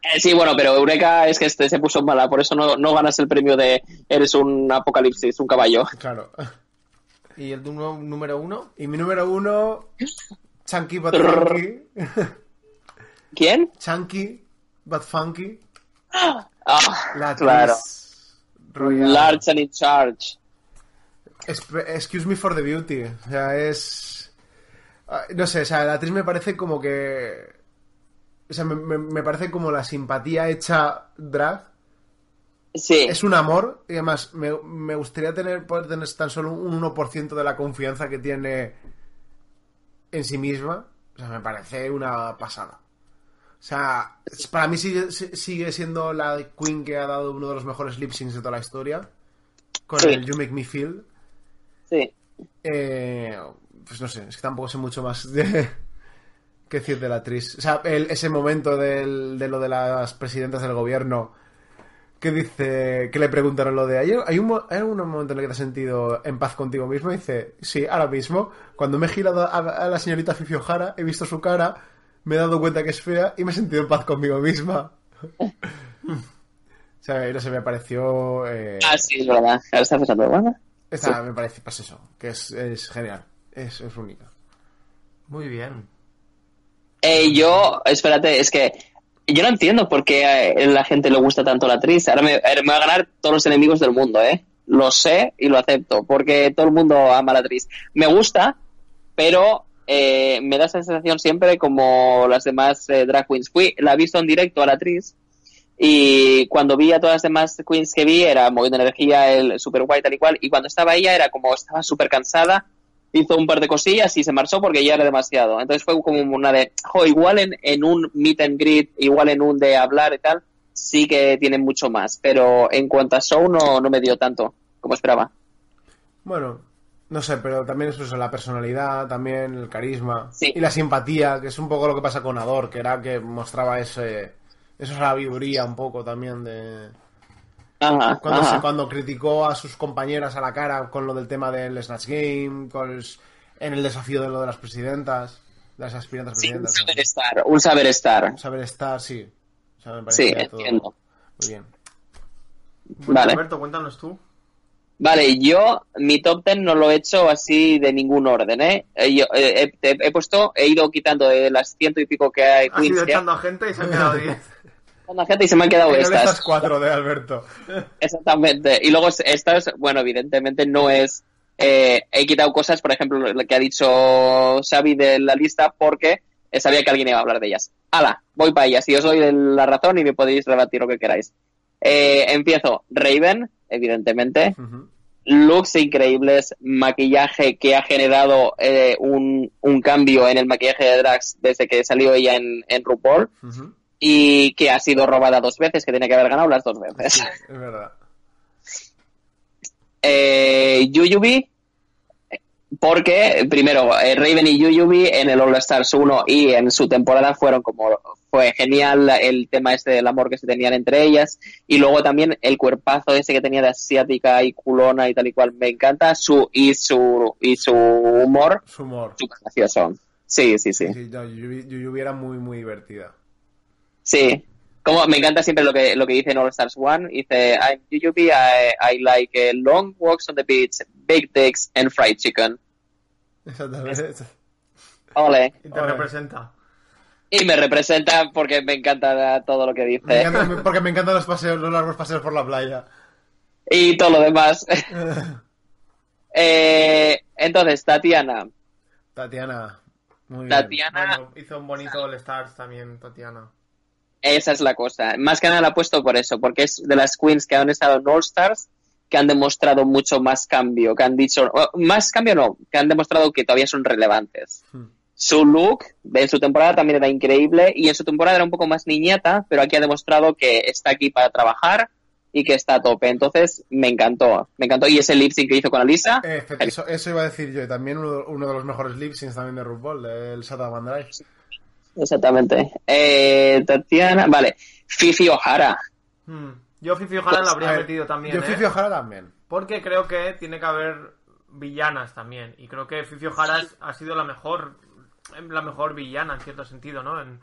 [SPEAKER 4] Eh, sí, bueno, pero Eureka es que este se puso mala. Por eso no, no ganas el premio de eres un apocalipsis, un caballo.
[SPEAKER 3] Claro.
[SPEAKER 2] ¿Y el número, número uno?
[SPEAKER 3] Y mi número uno. Chunky but funky.
[SPEAKER 4] ¿Quién?
[SPEAKER 3] Chunky but funky.
[SPEAKER 4] Ah,
[SPEAKER 3] La actriz
[SPEAKER 4] claro.
[SPEAKER 3] Royal.
[SPEAKER 4] Large and in charge.
[SPEAKER 3] Espe- Excuse me for the beauty. O sea, es. Ah, No sé, o sea, la actriz me parece como que. O sea, me, me- me parece como la simpatía hecha drag.
[SPEAKER 4] Sí.
[SPEAKER 3] Es un amor. Y además, me, me gustaría tener, poder tener tan solo un 1% de la confianza que tiene en sí misma. O sea, me parece una pasada. O sea, es- para mí sigue, si- sigue siendo la queen que ha dado uno de los mejores lip syncs de toda la historia. Con
[SPEAKER 4] Sí.
[SPEAKER 3] el You Make Me Feel.
[SPEAKER 4] Sí.
[SPEAKER 3] Eh, pues no sé, es que tampoco sé mucho más de qué decir de la actriz. O sea, el- ese momento del- de lo de las presidentas del gobierno que dice que le preguntaron lo de ayer. ¿Hay, un, mo- ¿Hay algún momento en el que te has sentido en paz contigo mismo? Y dice, sí, ahora mismo. Cuando me he girado a, a la señorita Fifi O'Hara, he visto su cara, me he dado cuenta que es fea y me he sentido en paz conmigo misma. o sea, no sé, me pareció. eh,
[SPEAKER 4] Ah, sí, es verdad. Ahora está pensando, bueno.
[SPEAKER 3] esta me parece, pues eso, que es, es genial. Es, es única.
[SPEAKER 2] Muy bien.
[SPEAKER 4] Eh, yo, espérate, es que yo no entiendo por qué a la gente le gusta tanto la actriz. Ahora me, eh, me va a ganar todos los enemigos del mundo, ¿eh? Lo sé y lo acepto, porque todo el mundo ama a la actriz. Me gusta, pero eh, me da esa sensación siempre como las demás eh, drag queens. Fui, la he visto en directo a la actriz y cuando vi a todas las demás queens que vi era moviendo energía, el super guay tal y cual, y cuando estaba ella era como estaba súper cansada, hizo un par de cosillas y se marchó porque ya era demasiado. Entonces fue como una de, jo, igual en, en un meet and greet, igual en un de hablar y tal, sí que tiene mucho más, pero en cuanto a show no, no me dio tanto como esperaba.
[SPEAKER 3] Bueno, No sé, pero también es eso, la personalidad, también el carisma
[SPEAKER 4] Sí.
[SPEAKER 3] y la simpatía, que es un poco lo que pasa con Ador, que era que mostraba ese, esa sabiduría un poco también de...
[SPEAKER 4] Ajá,
[SPEAKER 3] Cuando,
[SPEAKER 4] ajá.
[SPEAKER 3] se- cuando criticó a sus compañeras a la cara con lo del tema del Snatch Game, con el- en el desafío de lo de las presidentas, de las aspirantes
[SPEAKER 4] Sí, un
[SPEAKER 3] presidentas.
[SPEAKER 4] saber estar, un saber estar.
[SPEAKER 3] Saber estar, sí. O sea, me parece
[SPEAKER 4] Sí,
[SPEAKER 3] que todo-
[SPEAKER 4] entiendo.
[SPEAKER 3] Muy bien.
[SPEAKER 2] Bueno,
[SPEAKER 4] Vale.
[SPEAKER 2] Alberto, cuéntanos tú.
[SPEAKER 4] Vale, yo mi top ten no lo he hecho así de ningún orden, ¿eh? Eh, Yo, eh, he, te- he puesto, he ido quitando de las ciento y pico que hay
[SPEAKER 2] Has
[SPEAKER 4] queens
[SPEAKER 2] ido
[SPEAKER 4] que hay
[SPEAKER 2] echando a gente y se han quedado 10.
[SPEAKER 4] con la gente y se me han quedado
[SPEAKER 3] Pero
[SPEAKER 4] estas.
[SPEAKER 3] estas cuatro de Alberto.
[SPEAKER 4] Exactamente. Y luego estas, bueno, evidentemente no es... eh, he quitado cosas, por ejemplo, lo que ha dicho Xavi de la lista porque sabía que alguien iba a hablar de ellas. ¡Hala! Voy para ellas. Y os doy la razón y me podéis rebatir lo que queráis. Eh, empiezo. Raven, evidentemente.
[SPEAKER 3] Ujú.
[SPEAKER 4] looks increíbles, maquillaje que ha generado eh, un, un cambio en el maquillaje de Drax desde que salió ella en, en RuPaul
[SPEAKER 3] Ujú.
[SPEAKER 4] y que ha sido robada dos veces, que tiene que haber ganado las dos veces.
[SPEAKER 3] Sí, es verdad.
[SPEAKER 4] Eh, Yuyubi, porque primero eh, Raven y Yuyubi en el All Stars 1 y en su temporada fueron como fue genial el tema este del amor que se tenían entre ellas y luego también el cuerpazo ese que tenía de asiática y culona y tal y cual me encanta su y su y su humor
[SPEAKER 3] Su humor.
[SPEAKER 4] súper gracioso sí sí sí
[SPEAKER 3] Sí, no, Yuyubi Yuyubi era muy, muy divertida.
[SPEAKER 4] sí como me encanta siempre lo que lo que dice en All Stars 1 dice I'm Yuyubi I, I like eh, long walks on the beach big dicks and fried chicken
[SPEAKER 3] Exactamente.
[SPEAKER 4] Ole.
[SPEAKER 2] Y te
[SPEAKER 3] Vale.
[SPEAKER 2] representa.
[SPEAKER 4] Y me representa porque me encanta todo lo que
[SPEAKER 3] Me
[SPEAKER 4] dice.
[SPEAKER 3] encanta- porque me encantan los paseos, los largos paseos por la playa.
[SPEAKER 4] Y todo lo demás. Eh, entonces, Tatiana.
[SPEAKER 3] Tatiana. Muy bien.
[SPEAKER 4] Tatiana,
[SPEAKER 2] Bueno, hizo un bonito All Stars también, Tatiana.
[SPEAKER 4] esa es la cosa. Más que nada la he puesto por eso, porque es de las queens que han estado en All Stars que han demostrado mucho más cambio, que han dicho, o, más cambio no, que han demostrado que todavía son relevantes.
[SPEAKER 3] Hmm.
[SPEAKER 4] Su look en su temporada también era increíble y en su temporada era un poco más niñata, pero aquí ha demostrado que está aquí para trabajar y que está a tope. Entonces, me encantó, me encantó. Y ese lip sync que hizo con Alisa,
[SPEAKER 3] Eh, fe- eso, eso iba a decir yo. Y también uno, uno de los mejores lip syncs también de RuPaul, el Sata Van Drive.
[SPEAKER 4] Exactamente. Eh, Tatiana, vale. Fifi O'Hara.
[SPEAKER 2] Hmm. Yo Fifi Ojalá la habría metido también.
[SPEAKER 3] Yo
[SPEAKER 2] ¿eh?
[SPEAKER 3] Fifi O'Hara también.
[SPEAKER 2] Porque creo que tiene que haber villanas también. Y creo que Fifi O'Hara es- ha sido la mejor la mejor villana en cierto sentido, ¿no? En-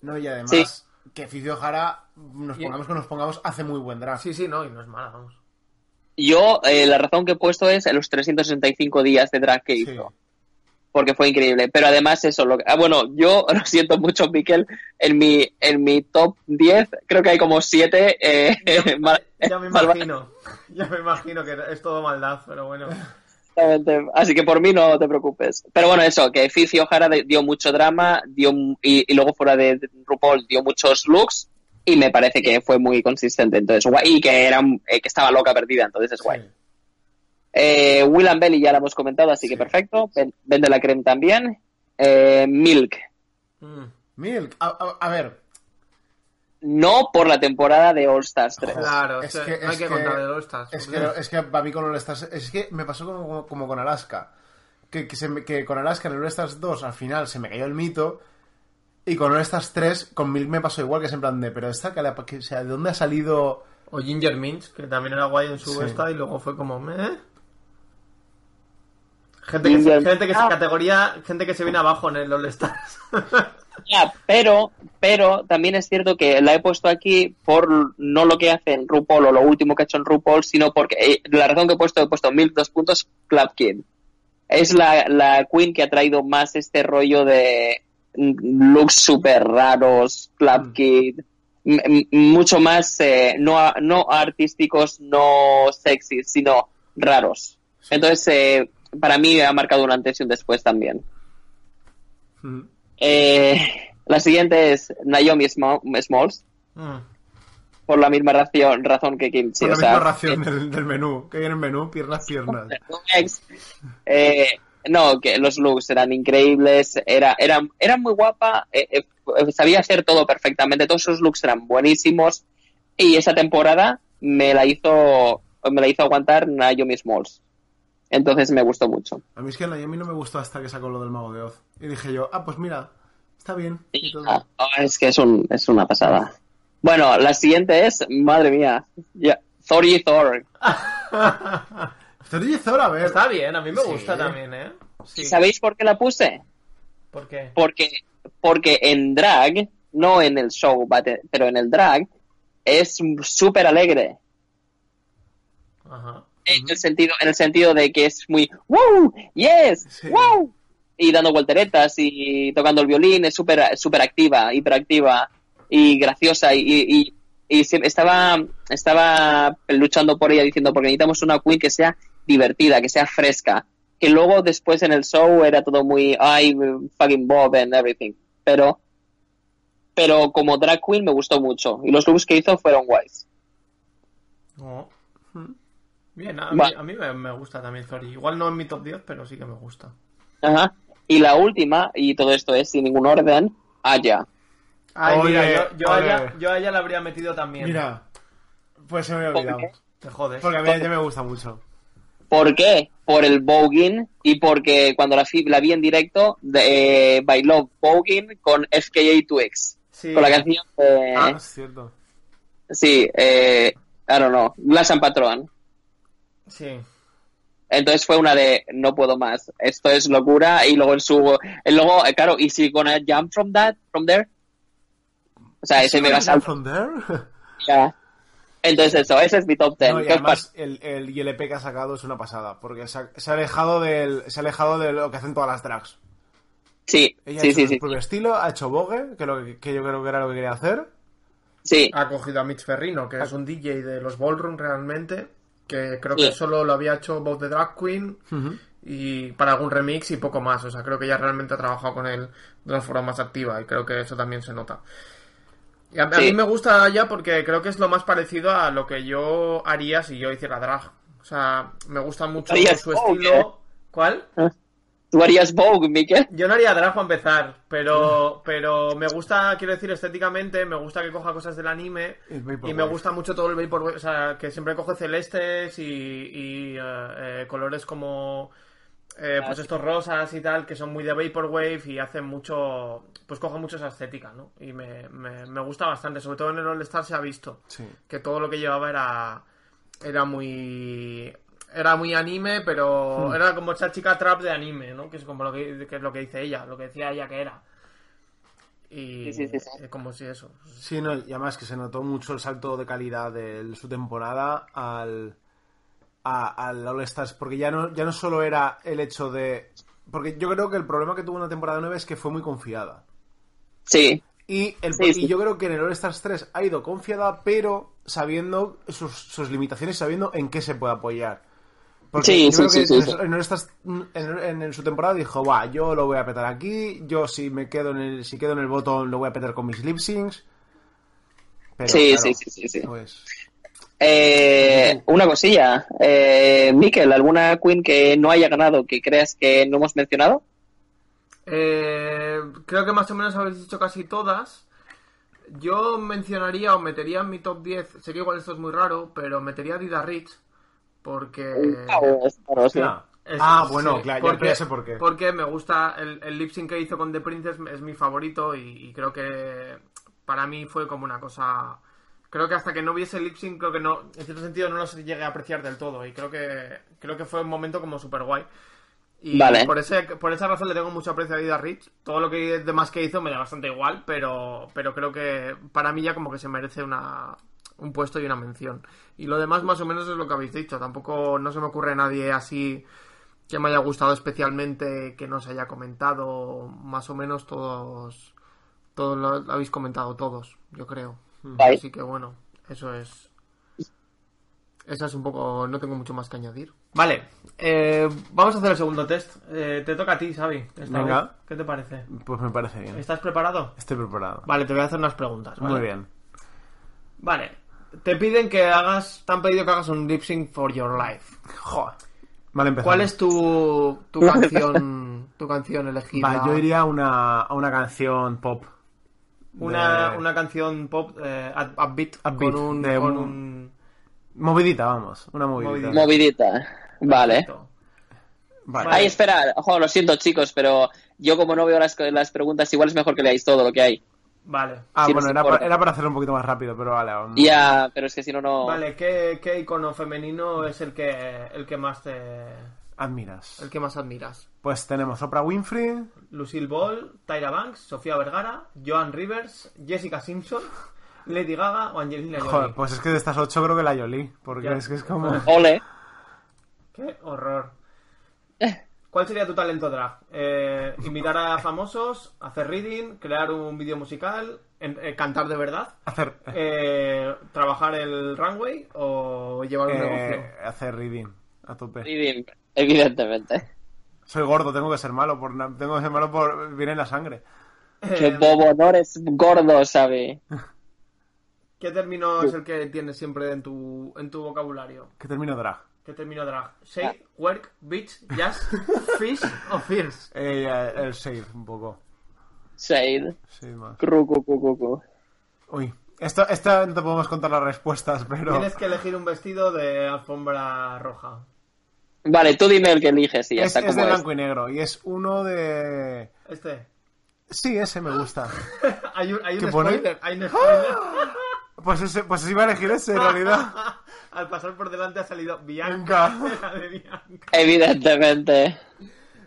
[SPEAKER 3] No, y además,
[SPEAKER 4] Sí.
[SPEAKER 3] que Fifi O'Hara, nos pongamos que nos pongamos, hace muy buen draft.
[SPEAKER 2] Sí, sí, no, y no es mala, vamos.
[SPEAKER 4] Yo, eh, la razón que he puesto es los 365 días de drag que
[SPEAKER 3] Sí.
[SPEAKER 4] hizo. Porque fue increíble. Pero además, eso. Lo, ah, bueno, yo lo siento mucho, Miquel. En mi, en mi top 10, creo que hay como 7. Eh, mal-
[SPEAKER 2] Ya me
[SPEAKER 4] malvadas,
[SPEAKER 2] imagino. Ya me imagino que es todo maldad, pero bueno.
[SPEAKER 4] exactamente. Así que por mí no te preocupes. Pero bueno, eso. Que Fifi O'Hara de- dio mucho drama. dio mu- y, y luego fuera de de RuPaul dio muchos looks. Y me parece que fue muy consistente. Entonces, guay. Y que, era, eh, que estaba loca perdida. Entonces es guay.
[SPEAKER 3] Sí.
[SPEAKER 4] Eh, Will and Belly ya la hemos comentado, así que perfecto. Ven- Vende la creme también. Eh, Milk.
[SPEAKER 2] Mm.
[SPEAKER 3] Milk, a, a- a ver.
[SPEAKER 4] No por la temporada de All Stars 3.
[SPEAKER 3] Joder.
[SPEAKER 2] Claro,
[SPEAKER 3] Es
[SPEAKER 2] o sea,
[SPEAKER 3] que-
[SPEAKER 2] no hay
[SPEAKER 3] es
[SPEAKER 2] que,
[SPEAKER 3] que-
[SPEAKER 2] contar de los Stars.
[SPEAKER 3] Es que, es que para mí con All Stars- Es que me pasó como, como con Alaska. Que, que, se me- que con Alaska en All Stars 2 al final se me cayó el mito. Y con All Stars 3, con Milk me pasó igual, que es en plan de. Pero esta, que la- que- o sea, ¿de dónde ha salido.?
[SPEAKER 2] O Ginger Minch, que también era guay en su
[SPEAKER 3] Sí.
[SPEAKER 2] esta y luego fue como, ¿eh? Gente que, se,
[SPEAKER 4] Ginger-
[SPEAKER 2] gente que se
[SPEAKER 4] Ah.
[SPEAKER 2] categoría, gente que se viene abajo en el All Stars.
[SPEAKER 4] Ya, pero, pero también es cierto que la he puesto aquí por no lo que hace en RuPaul o lo último que ha hecho en RuPaul, sino porque eh, la razón que he puesto, he puesto Milk dos puntos, Club Kid. Es la, la queen que ha traído más este rollo de mm, looks súper raros, Club Kid, m- m- mucho más eh, no, a- no artísticos, no sexy, sino raros. Entonces, eh, para mí ha marcado un antes y un después también.
[SPEAKER 3] Mm.
[SPEAKER 4] Eh, la siguiente es Naomi Sma- Smalls,
[SPEAKER 2] Mm.
[SPEAKER 4] por la misma ración- razón que Kimchi.
[SPEAKER 3] Con la
[SPEAKER 4] o sea, eh,
[SPEAKER 3] misma ración del, del menú. Que viene el menú, piernas, piernas.
[SPEAKER 4] Ex. Eh, no, que los looks eran increíbles, era, era, era muy guapa, eh, eh, eh, sabía hacer todo perfectamente, todos sus looks eran buenísimos y esa temporada me la hizo me la hizo aguantar Naomi Smalls. Entonces me gustó mucho.
[SPEAKER 3] A mí es que el Naomi no me gustó hasta que sacó lo del Mago de Oz. Y dije yo, ah, pues mira, está bien. Y todo.
[SPEAKER 4] Ah, ah, es que es, un, es una pasada. Bueno, la siguiente es, madre mía, ya, Thor y Thor.
[SPEAKER 3] Thor y Thor, a ver.
[SPEAKER 2] Está bien, a mí me gusta
[SPEAKER 3] Sí.
[SPEAKER 2] también, ¿eh? Sí.
[SPEAKER 4] ¿Sabéis por qué la puse?
[SPEAKER 2] ¿Por qué?
[SPEAKER 4] Porque, porque en drag, no en el show, but- pero en el drag, es súper alegre.
[SPEAKER 2] Ajá.
[SPEAKER 4] En el sentido, en el sentido de que es muy ¡Wow! ¡Yes!
[SPEAKER 3] Sí.
[SPEAKER 4] ¡Wow! Y dando volteretas y tocando el violín, es súper super activa, hiperactiva y graciosa. Y, y, y- y siempre estaba, estaba luchando por ella diciendo, porque necesitamos una queen que sea divertida, que sea fresca. Que luego después en el show era todo muy ¡Ay, fucking Bob and everything! Pero, pero como drag queen me gustó mucho. Y los looks que hizo fueron guays.
[SPEAKER 2] No. Mm. Bien, a mí,
[SPEAKER 4] Va.
[SPEAKER 2] a mí me, me gusta también Thor. Igual no en mi top 10, pero sí que me gusta.
[SPEAKER 4] Ajá. Y la última, y todo esto es sin ningún orden, Aya.
[SPEAKER 2] Ay,
[SPEAKER 3] Ole,
[SPEAKER 2] mira, yo, yo, a
[SPEAKER 3] ole.
[SPEAKER 2] ella, yo a ella la habría metido también.
[SPEAKER 3] Mira, pues se me había olvidado.
[SPEAKER 4] Porque-
[SPEAKER 2] Te jodes.
[SPEAKER 3] Porque a mí ya me gusta mucho.
[SPEAKER 4] ¿Por qué? Por el voguing y porque cuando la, fi- la vi en directo de, eh, bailó voguing con FKA2X.
[SPEAKER 2] Sí.
[SPEAKER 4] Con la canción eh,
[SPEAKER 3] Ah, es cierto.
[SPEAKER 4] Sí, eh, I don't know, Glass and Patron.
[SPEAKER 2] Sí.
[SPEAKER 4] Entonces fue una de no puedo más, esto es locura y luego en su y luego eh, claro, y si con el jump from that from there. O sea, ese me va a
[SPEAKER 3] Jump
[SPEAKER 4] saltar.
[SPEAKER 3] from there?
[SPEAKER 4] ya. Entonces eso, ese es mi top 10.
[SPEAKER 3] No, y
[SPEAKER 4] ¿Qué os
[SPEAKER 3] además el, el ILP que ha sacado es una pasada, porque se ha, se ha alejado del, se ha alejado de lo que hacen todas las drags.
[SPEAKER 4] parece? Sí,
[SPEAKER 3] Ella
[SPEAKER 4] sí,
[SPEAKER 3] ha hecho
[SPEAKER 4] sí,
[SPEAKER 3] su
[SPEAKER 4] sí.
[SPEAKER 3] propio estilo, ha hecho Vogue, que, lo que, que yo creo que era lo que quería hacer.
[SPEAKER 4] Sí,
[SPEAKER 2] ha cogido a Mitch Ferrino, que es un DJ de los ballroom realmente, que creo
[SPEAKER 4] Sí.
[SPEAKER 2] que solo lo había hecho Bob the Drag Queen y para algún remix y poco más. O sea, creo que ya realmente ha trabajado con él de una forma más activa y creo que eso también se nota. Y a, a
[SPEAKER 4] Sí.
[SPEAKER 2] mí me gusta ya porque creo que es lo más parecido a lo que yo haría si yo hiciera drag. O sea, me gusta mucho
[SPEAKER 4] Harías
[SPEAKER 2] su
[SPEAKER 4] Vogue,
[SPEAKER 2] estilo.
[SPEAKER 4] ¿eh?
[SPEAKER 2] ¿Cuál?
[SPEAKER 4] tú harías Vogue, Miquel.
[SPEAKER 2] Yo no haría drag para empezar, pero, pero me gusta, quiero decir, estéticamente, me gusta que coja cosas del anime
[SPEAKER 3] El vaporwave.
[SPEAKER 2] y me gusta mucho todo el vaporwave, o sea, que siempre coge celestes y, y, eh, eh, colores como, eh, pues estos rosas y tal, que son muy de vaporwave y hacen mucho, pues coge mucho esa estética, ¿no? Y me, me, me gusta bastante, sobre todo en el All Star se ha visto
[SPEAKER 3] Sí.
[SPEAKER 2] que todo lo que llevaba era era muy era muy anime pero era como esa chica trap de anime no que es como lo que, que es lo que dice ella lo que decía ella que era y
[SPEAKER 4] Sí, sí, sí, sí.
[SPEAKER 2] eh, como si eso
[SPEAKER 3] Sí, no, y además que se notó mucho el salto de calidad de su temporada al, a- al All Stars, porque ya no, ya no solo era el hecho de... Porque yo creo que el problema que tuvo en la temporada 9 es que fue muy confiada.
[SPEAKER 4] Sí,
[SPEAKER 3] Y, el,
[SPEAKER 4] Sí, sí.
[SPEAKER 3] y yo creo que en el All Stars 3 ha ido confiada, pero sabiendo sus, sus limitaciones, sabiendo en qué se puede apoyar. Porque
[SPEAKER 4] Sí,
[SPEAKER 3] yo
[SPEAKER 4] sí,
[SPEAKER 3] creo
[SPEAKER 4] sí,
[SPEAKER 3] que
[SPEAKER 4] sí,
[SPEAKER 3] en-
[SPEAKER 4] sí.
[SPEAKER 3] en, All Stars- en- en- en su temporada dijo, va, yo lo voy a petar aquí, yo si me quedo en el, si quedo en el botón lo voy a petar con mis lip syncs. Pero,
[SPEAKER 4] Sí,
[SPEAKER 3] claro,
[SPEAKER 4] sí, sí, sí, sí.
[SPEAKER 3] pues,
[SPEAKER 4] Eh, una cosilla. Eh, Miquel, ¿alguna queen que no haya ganado que creas que no hemos mencionado?
[SPEAKER 2] Eh, creo que más o menos habéis dicho casi todas. Yo mencionaría o metería en mi top 10, sé que igual esto es muy raro, pero metería a Dida Rich, porque...
[SPEAKER 4] Ah, es raro, sí.
[SPEAKER 3] ah,
[SPEAKER 2] Es-
[SPEAKER 3] ah, bueno,
[SPEAKER 2] sí,
[SPEAKER 3] claro, ya- ya, sé por qué.
[SPEAKER 2] Porque me gusta el, el lip sync que hizo con The Princess, es mi favorito y, y creo que para mí fue como una cosa. Creo que hasta que no viese el lip sync, creo que no, en cierto sentido no los llegué a apreciar del todo y creo que creo que fue un momento como super guay. Y
[SPEAKER 4] Vale.
[SPEAKER 2] por, ese, por esa razón le tengo mucho aprecio a Dida Rich. Todo lo que demás que hizo me da bastante igual, pero, pero creo que para mí ya como que se merece una, un puesto y una mención. Y lo demás más o menos es lo que habéis dicho. Tampoco no se me ocurre a nadie así que me haya gustado especialmente, que no se haya comentado. Más o menos todos, todos lo, lo habéis comentado todos, yo creo.
[SPEAKER 4] Vale.
[SPEAKER 2] Así que bueno, eso es esa es un poco. No tengo mucho más que añadir. Vale, eh, vamos a hacer el segundo test. Eh, te toca a ti, Xavi. esta
[SPEAKER 3] Venga.
[SPEAKER 2] vez. ¿Qué te parece?
[SPEAKER 3] Pues me parece bien.
[SPEAKER 2] ¿Estás preparado?
[SPEAKER 3] Estoy preparado.
[SPEAKER 2] Vale, te voy a hacer unas preguntas. ¿vale?
[SPEAKER 3] Muy bien.
[SPEAKER 2] Vale, te piden que hagas. Te han pedido que hagas un lip sync for your life.
[SPEAKER 3] Joder. Mal empezado.
[SPEAKER 2] ¿Cuál es tu, tu canción tu canción elegida?
[SPEAKER 3] Va, yo iría a una, a una canción pop.
[SPEAKER 2] Una,
[SPEAKER 3] de-
[SPEAKER 2] una canción pop eh, up- upbeat,
[SPEAKER 3] Upbeat,
[SPEAKER 2] con un.
[SPEAKER 3] de
[SPEAKER 2] con
[SPEAKER 3] un-
[SPEAKER 2] un-
[SPEAKER 3] Movidita, vamos. Una movidita.
[SPEAKER 2] Movidita.
[SPEAKER 4] Movidita. Vale.
[SPEAKER 2] Perfecto.
[SPEAKER 3] Vale.
[SPEAKER 4] Ahí, espera, ojo, lo siento chicos, pero yo como no veo las, las preguntas, igual es mejor que leáis todo lo que hay.
[SPEAKER 2] Vale.
[SPEAKER 3] Ah,
[SPEAKER 4] si no
[SPEAKER 3] bueno,
[SPEAKER 4] se
[SPEAKER 3] era,
[SPEAKER 4] corta.
[SPEAKER 3] para, era para hacerlo un poquito más rápido, pero vale. aún-
[SPEAKER 4] Ya, pero es que si no, no...
[SPEAKER 2] Mm. Vale, ¿qué, qué icono femenino es el que, el que más te,
[SPEAKER 3] Admiras.
[SPEAKER 2] el que más admiras?
[SPEAKER 3] Ah, Pues tenemos Oprah Winfrey,
[SPEAKER 2] Lucille Ball, Tyra Banks, Sofía Vergara, Joan Rivers, Jessica Simpson, Lady Gaga o Angelina
[SPEAKER 3] Joder,
[SPEAKER 2] Jolie.
[SPEAKER 3] pues es que de estas ocho creo que la Yoli, porque
[SPEAKER 2] Ya.
[SPEAKER 3] es que es como...
[SPEAKER 4] Ole.
[SPEAKER 2] Qué horror. ¿Cuál sería tu talento draft? Eh, invitar a famosos, hacer reading, crear un vídeo musical, en- eh, cantar de verdad,
[SPEAKER 3] Hacer,
[SPEAKER 2] eh, trabajar el runway o llevar un
[SPEAKER 3] eh,
[SPEAKER 2] negocio.
[SPEAKER 3] hacer reading a tope.
[SPEAKER 4] Reading, Evidentemente.
[SPEAKER 3] Soy gordo, tengo que ser malo, por, na- tengo que ser malo por... viene en la sangre.
[SPEAKER 2] Eh,
[SPEAKER 4] Qué bobo, no eres gordo, ¿sabe?
[SPEAKER 2] ¿Qué término es el que tienes siempre en tu, en tu vocabulario?
[SPEAKER 3] Que termino drag.
[SPEAKER 2] ¿Qué término drag? Shake,
[SPEAKER 3] Ah.
[SPEAKER 2] work, bitch, jazz, fish o fierce.
[SPEAKER 3] Eh, eh, el shade, un poco.
[SPEAKER 4] Shade.
[SPEAKER 3] Shade más.
[SPEAKER 4] Cru, cu, cu, cu, cu.
[SPEAKER 3] Uy, esto, esto no te podemos contar las respuestas, pero...
[SPEAKER 2] Tienes que elegir un vestido de alfombra roja.
[SPEAKER 4] Vale, tú dime el que eliges y ya
[SPEAKER 3] Es,
[SPEAKER 4] está
[SPEAKER 3] es
[SPEAKER 4] como
[SPEAKER 3] de
[SPEAKER 4] es.
[SPEAKER 3] blanco y negro, y es uno de...
[SPEAKER 2] Este.
[SPEAKER 3] Sí, ese me gusta.
[SPEAKER 2] hay un, hay un
[SPEAKER 3] ¿Qué pone? ¡Ah!
[SPEAKER 2] spoiler. Hay un spoiler.
[SPEAKER 3] Pues ese, pues iba a elegir ese, en realidad.
[SPEAKER 2] Al pasar por delante ha salido Bianca.
[SPEAKER 3] Bianca.
[SPEAKER 2] la de Bianca.
[SPEAKER 4] Evidentemente.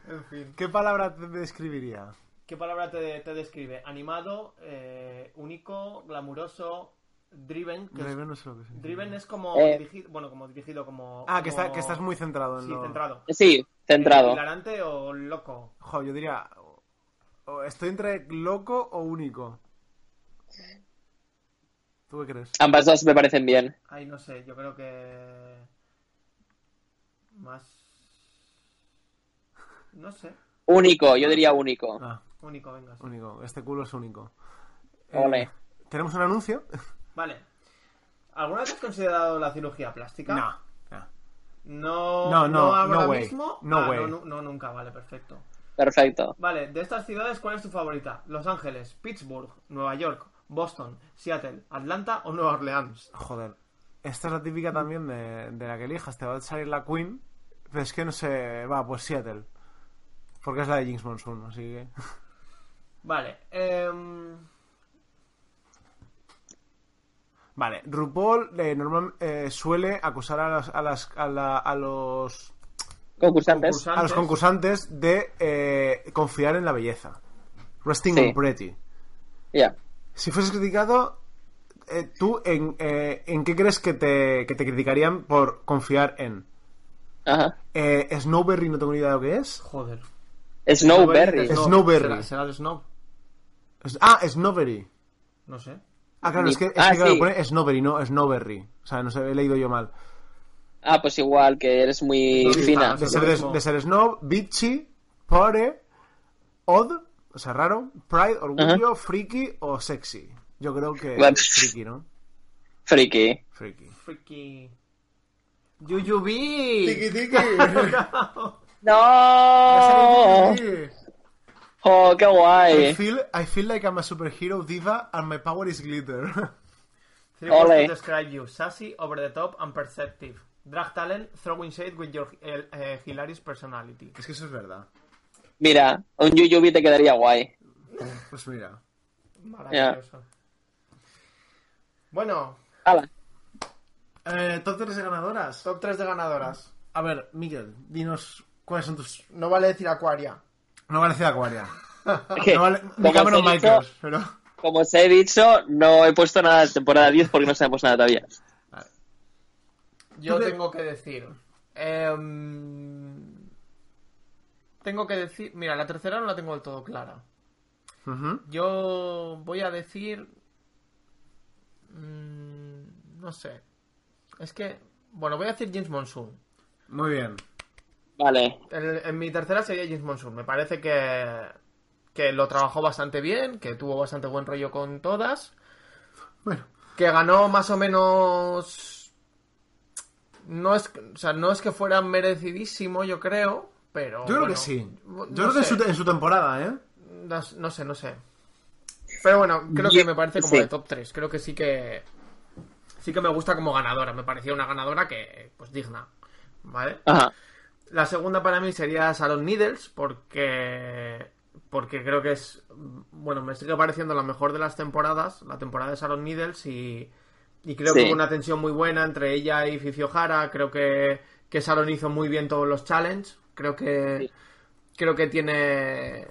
[SPEAKER 2] En fin.
[SPEAKER 3] ¿Qué palabra te describiría?
[SPEAKER 2] ¿Qué palabra te, te describe? Animado, eh, único, glamuroso, driven. que es-
[SPEAKER 3] Driven no sé lo que significa.
[SPEAKER 2] driven es como
[SPEAKER 4] Eh.
[SPEAKER 2] dirigido, bueno, como dirigido, como...
[SPEAKER 3] Ah, que, está-
[SPEAKER 2] como-
[SPEAKER 3] que estás muy centrado en
[SPEAKER 2] Sí,
[SPEAKER 3] lo-
[SPEAKER 2] centrado.
[SPEAKER 4] Sí,
[SPEAKER 3] Eh,
[SPEAKER 4] centrado.
[SPEAKER 2] ¿Hilarante o loco?
[SPEAKER 3] Jo, yo diría... o- o estoy entre loco o único. ¿Tú qué crees?
[SPEAKER 4] Ambas dos me parecen bien.
[SPEAKER 2] Ay, no sé, yo creo que... Más... No sé.
[SPEAKER 4] Único, yo diría único.
[SPEAKER 3] Ah,
[SPEAKER 2] Único, venga. sí.
[SPEAKER 3] único. Este culo es único. Eh,
[SPEAKER 4] Ole.
[SPEAKER 3] ¿Tenemos un anuncio?
[SPEAKER 2] Vale. ¿Alguna vez has considerado la cirugía plástica?
[SPEAKER 3] No. no.
[SPEAKER 2] No,
[SPEAKER 3] No, no,
[SPEAKER 2] ahora
[SPEAKER 3] no way.
[SPEAKER 2] mismo.
[SPEAKER 3] No
[SPEAKER 2] Ah,
[SPEAKER 3] way.
[SPEAKER 2] No, nu- no, nunca, vale, perfecto.
[SPEAKER 4] Perfecto.
[SPEAKER 2] Vale, de estas ciudades, ¿cuál es tu favorita? Los Ángeles, Pittsburgh, Nueva York, Boston, Seattle, Atlanta o Nueva Orleans.
[SPEAKER 3] Joder. Esta es la típica
[SPEAKER 2] Mm.
[SPEAKER 3] también de, de la que elijas. Te va a salir la Queen. Pero es que no sé... Va, pues Seattle. Porque es la de Jinx Monsoon, así que...
[SPEAKER 2] Vale, em,
[SPEAKER 3] Vale, RuPaul eh, normal- eh, suele acusar a, las- a las- a la- a los,
[SPEAKER 4] Concursantes.
[SPEAKER 2] Concursa-
[SPEAKER 3] a los concursantes de eh, confiar en la belleza. Resting
[SPEAKER 4] Sí.
[SPEAKER 3] on pretty.
[SPEAKER 4] Ya.
[SPEAKER 3] Si fueses criticado, eh, ¿tú en, eh, en qué crees que te, que te criticarían por confiar en?
[SPEAKER 4] Ajá.
[SPEAKER 3] Eh, Snowberry, no tengo ni idea de lo que es.
[SPEAKER 2] joder.
[SPEAKER 4] Snowberry.
[SPEAKER 3] Snow- Snowberry.
[SPEAKER 2] ¿Será, será de Snow?
[SPEAKER 3] Es- ah, Snowberry.
[SPEAKER 2] No sé.
[SPEAKER 3] Ah, claro, es que, es
[SPEAKER 4] Ah,
[SPEAKER 3] que, claro,
[SPEAKER 4] sí.
[SPEAKER 3] pone Snowberry, no Snowberry. O sea, no sé, he leído yo mal.
[SPEAKER 4] Ah, pues igual, que eres muy
[SPEAKER 2] Sí,
[SPEAKER 4] fina.
[SPEAKER 2] está.
[SPEAKER 3] De ser, de, de ser snob, bitchy, pobre, odd, o sea, raro, pride, orgullo, friki o sexy. Yo creo que
[SPEAKER 4] Bueno.
[SPEAKER 3] friki, ¿no?
[SPEAKER 4] Friki.
[SPEAKER 3] Friki.
[SPEAKER 2] Freaky. Yuyubi.
[SPEAKER 4] ¡No! ¡Oh, qué
[SPEAKER 3] I
[SPEAKER 4] guay!
[SPEAKER 3] feel, I feel like I'm a superhero diva and my power is glitter.
[SPEAKER 2] Three words
[SPEAKER 4] Ole.
[SPEAKER 2] to describe you. Sassy, over the top, and perceptive. Drag talent, throwing shade with your eh, eh, hilarious personality.
[SPEAKER 3] es que eso es verdad.
[SPEAKER 4] Mira, un Yuyubi te quedaría guay.
[SPEAKER 3] Pues mira.
[SPEAKER 2] Maravilloso. Bueno,
[SPEAKER 4] Hala.
[SPEAKER 3] Eh, top 3 de ganadoras.
[SPEAKER 2] top 3 de ganadoras.
[SPEAKER 3] A ver, Miguel, dinos cuáles son tus...
[SPEAKER 2] No vale decir Acuaria.
[SPEAKER 3] No vale decir Acuaria.
[SPEAKER 4] Que,
[SPEAKER 3] No vale...
[SPEAKER 4] como,
[SPEAKER 3] Ni
[SPEAKER 4] os he
[SPEAKER 3] Cameron
[SPEAKER 4] dicho,
[SPEAKER 3] Micros, pero...
[SPEAKER 4] como os he dicho, no he puesto nada de temporada 10 porque no sabemos nada todavía.
[SPEAKER 2] Yo
[SPEAKER 3] ¿Tú qué-
[SPEAKER 2] tengo que decir. em, tengo que decir. Mira, la tercera no la tengo del todo clara.
[SPEAKER 3] Ujú.
[SPEAKER 2] Yo voy a decir. mm, no sé. Es que. Bueno, voy a decir James Monsoon.
[SPEAKER 3] Muy bien.
[SPEAKER 4] Vale.
[SPEAKER 2] El- en mi tercera sería James Monsoon. Me parece que, que lo trabajó bastante bien, que tuvo bastante buen rollo con todas,
[SPEAKER 3] Bueno.
[SPEAKER 2] que ganó más o menos... No es, o sea, no es que fuera merecidísimo, yo creo, pero...
[SPEAKER 3] Yo creo
[SPEAKER 2] bueno,
[SPEAKER 3] que sí. Yo
[SPEAKER 2] no
[SPEAKER 3] creo que en
[SPEAKER 2] sé,
[SPEAKER 3] su, en su temporada, ¿eh?
[SPEAKER 2] no, no sé, no sé. Pero bueno, creo
[SPEAKER 4] Yo-
[SPEAKER 2] que me parece como
[SPEAKER 4] sí.
[SPEAKER 2] de top 3. Creo que sí que... Sí que me gusta como ganadora. Me parecía una ganadora que, pues, digna. ¿Vale?
[SPEAKER 4] Ajá.
[SPEAKER 2] La segunda para mí sería Salon Needles, porque. Porque creo que es. Bueno, me sigue pareciendo la mejor de las temporadas, la temporada de Salon Needles, y, y creo que
[SPEAKER 4] Sí.
[SPEAKER 2] hubo una tensión muy buena entre ella y Fifi O'Hara. Creo que, que Salon hizo muy bien todos los challenges. Creo que.
[SPEAKER 4] Sí.
[SPEAKER 2] Creo que tiene.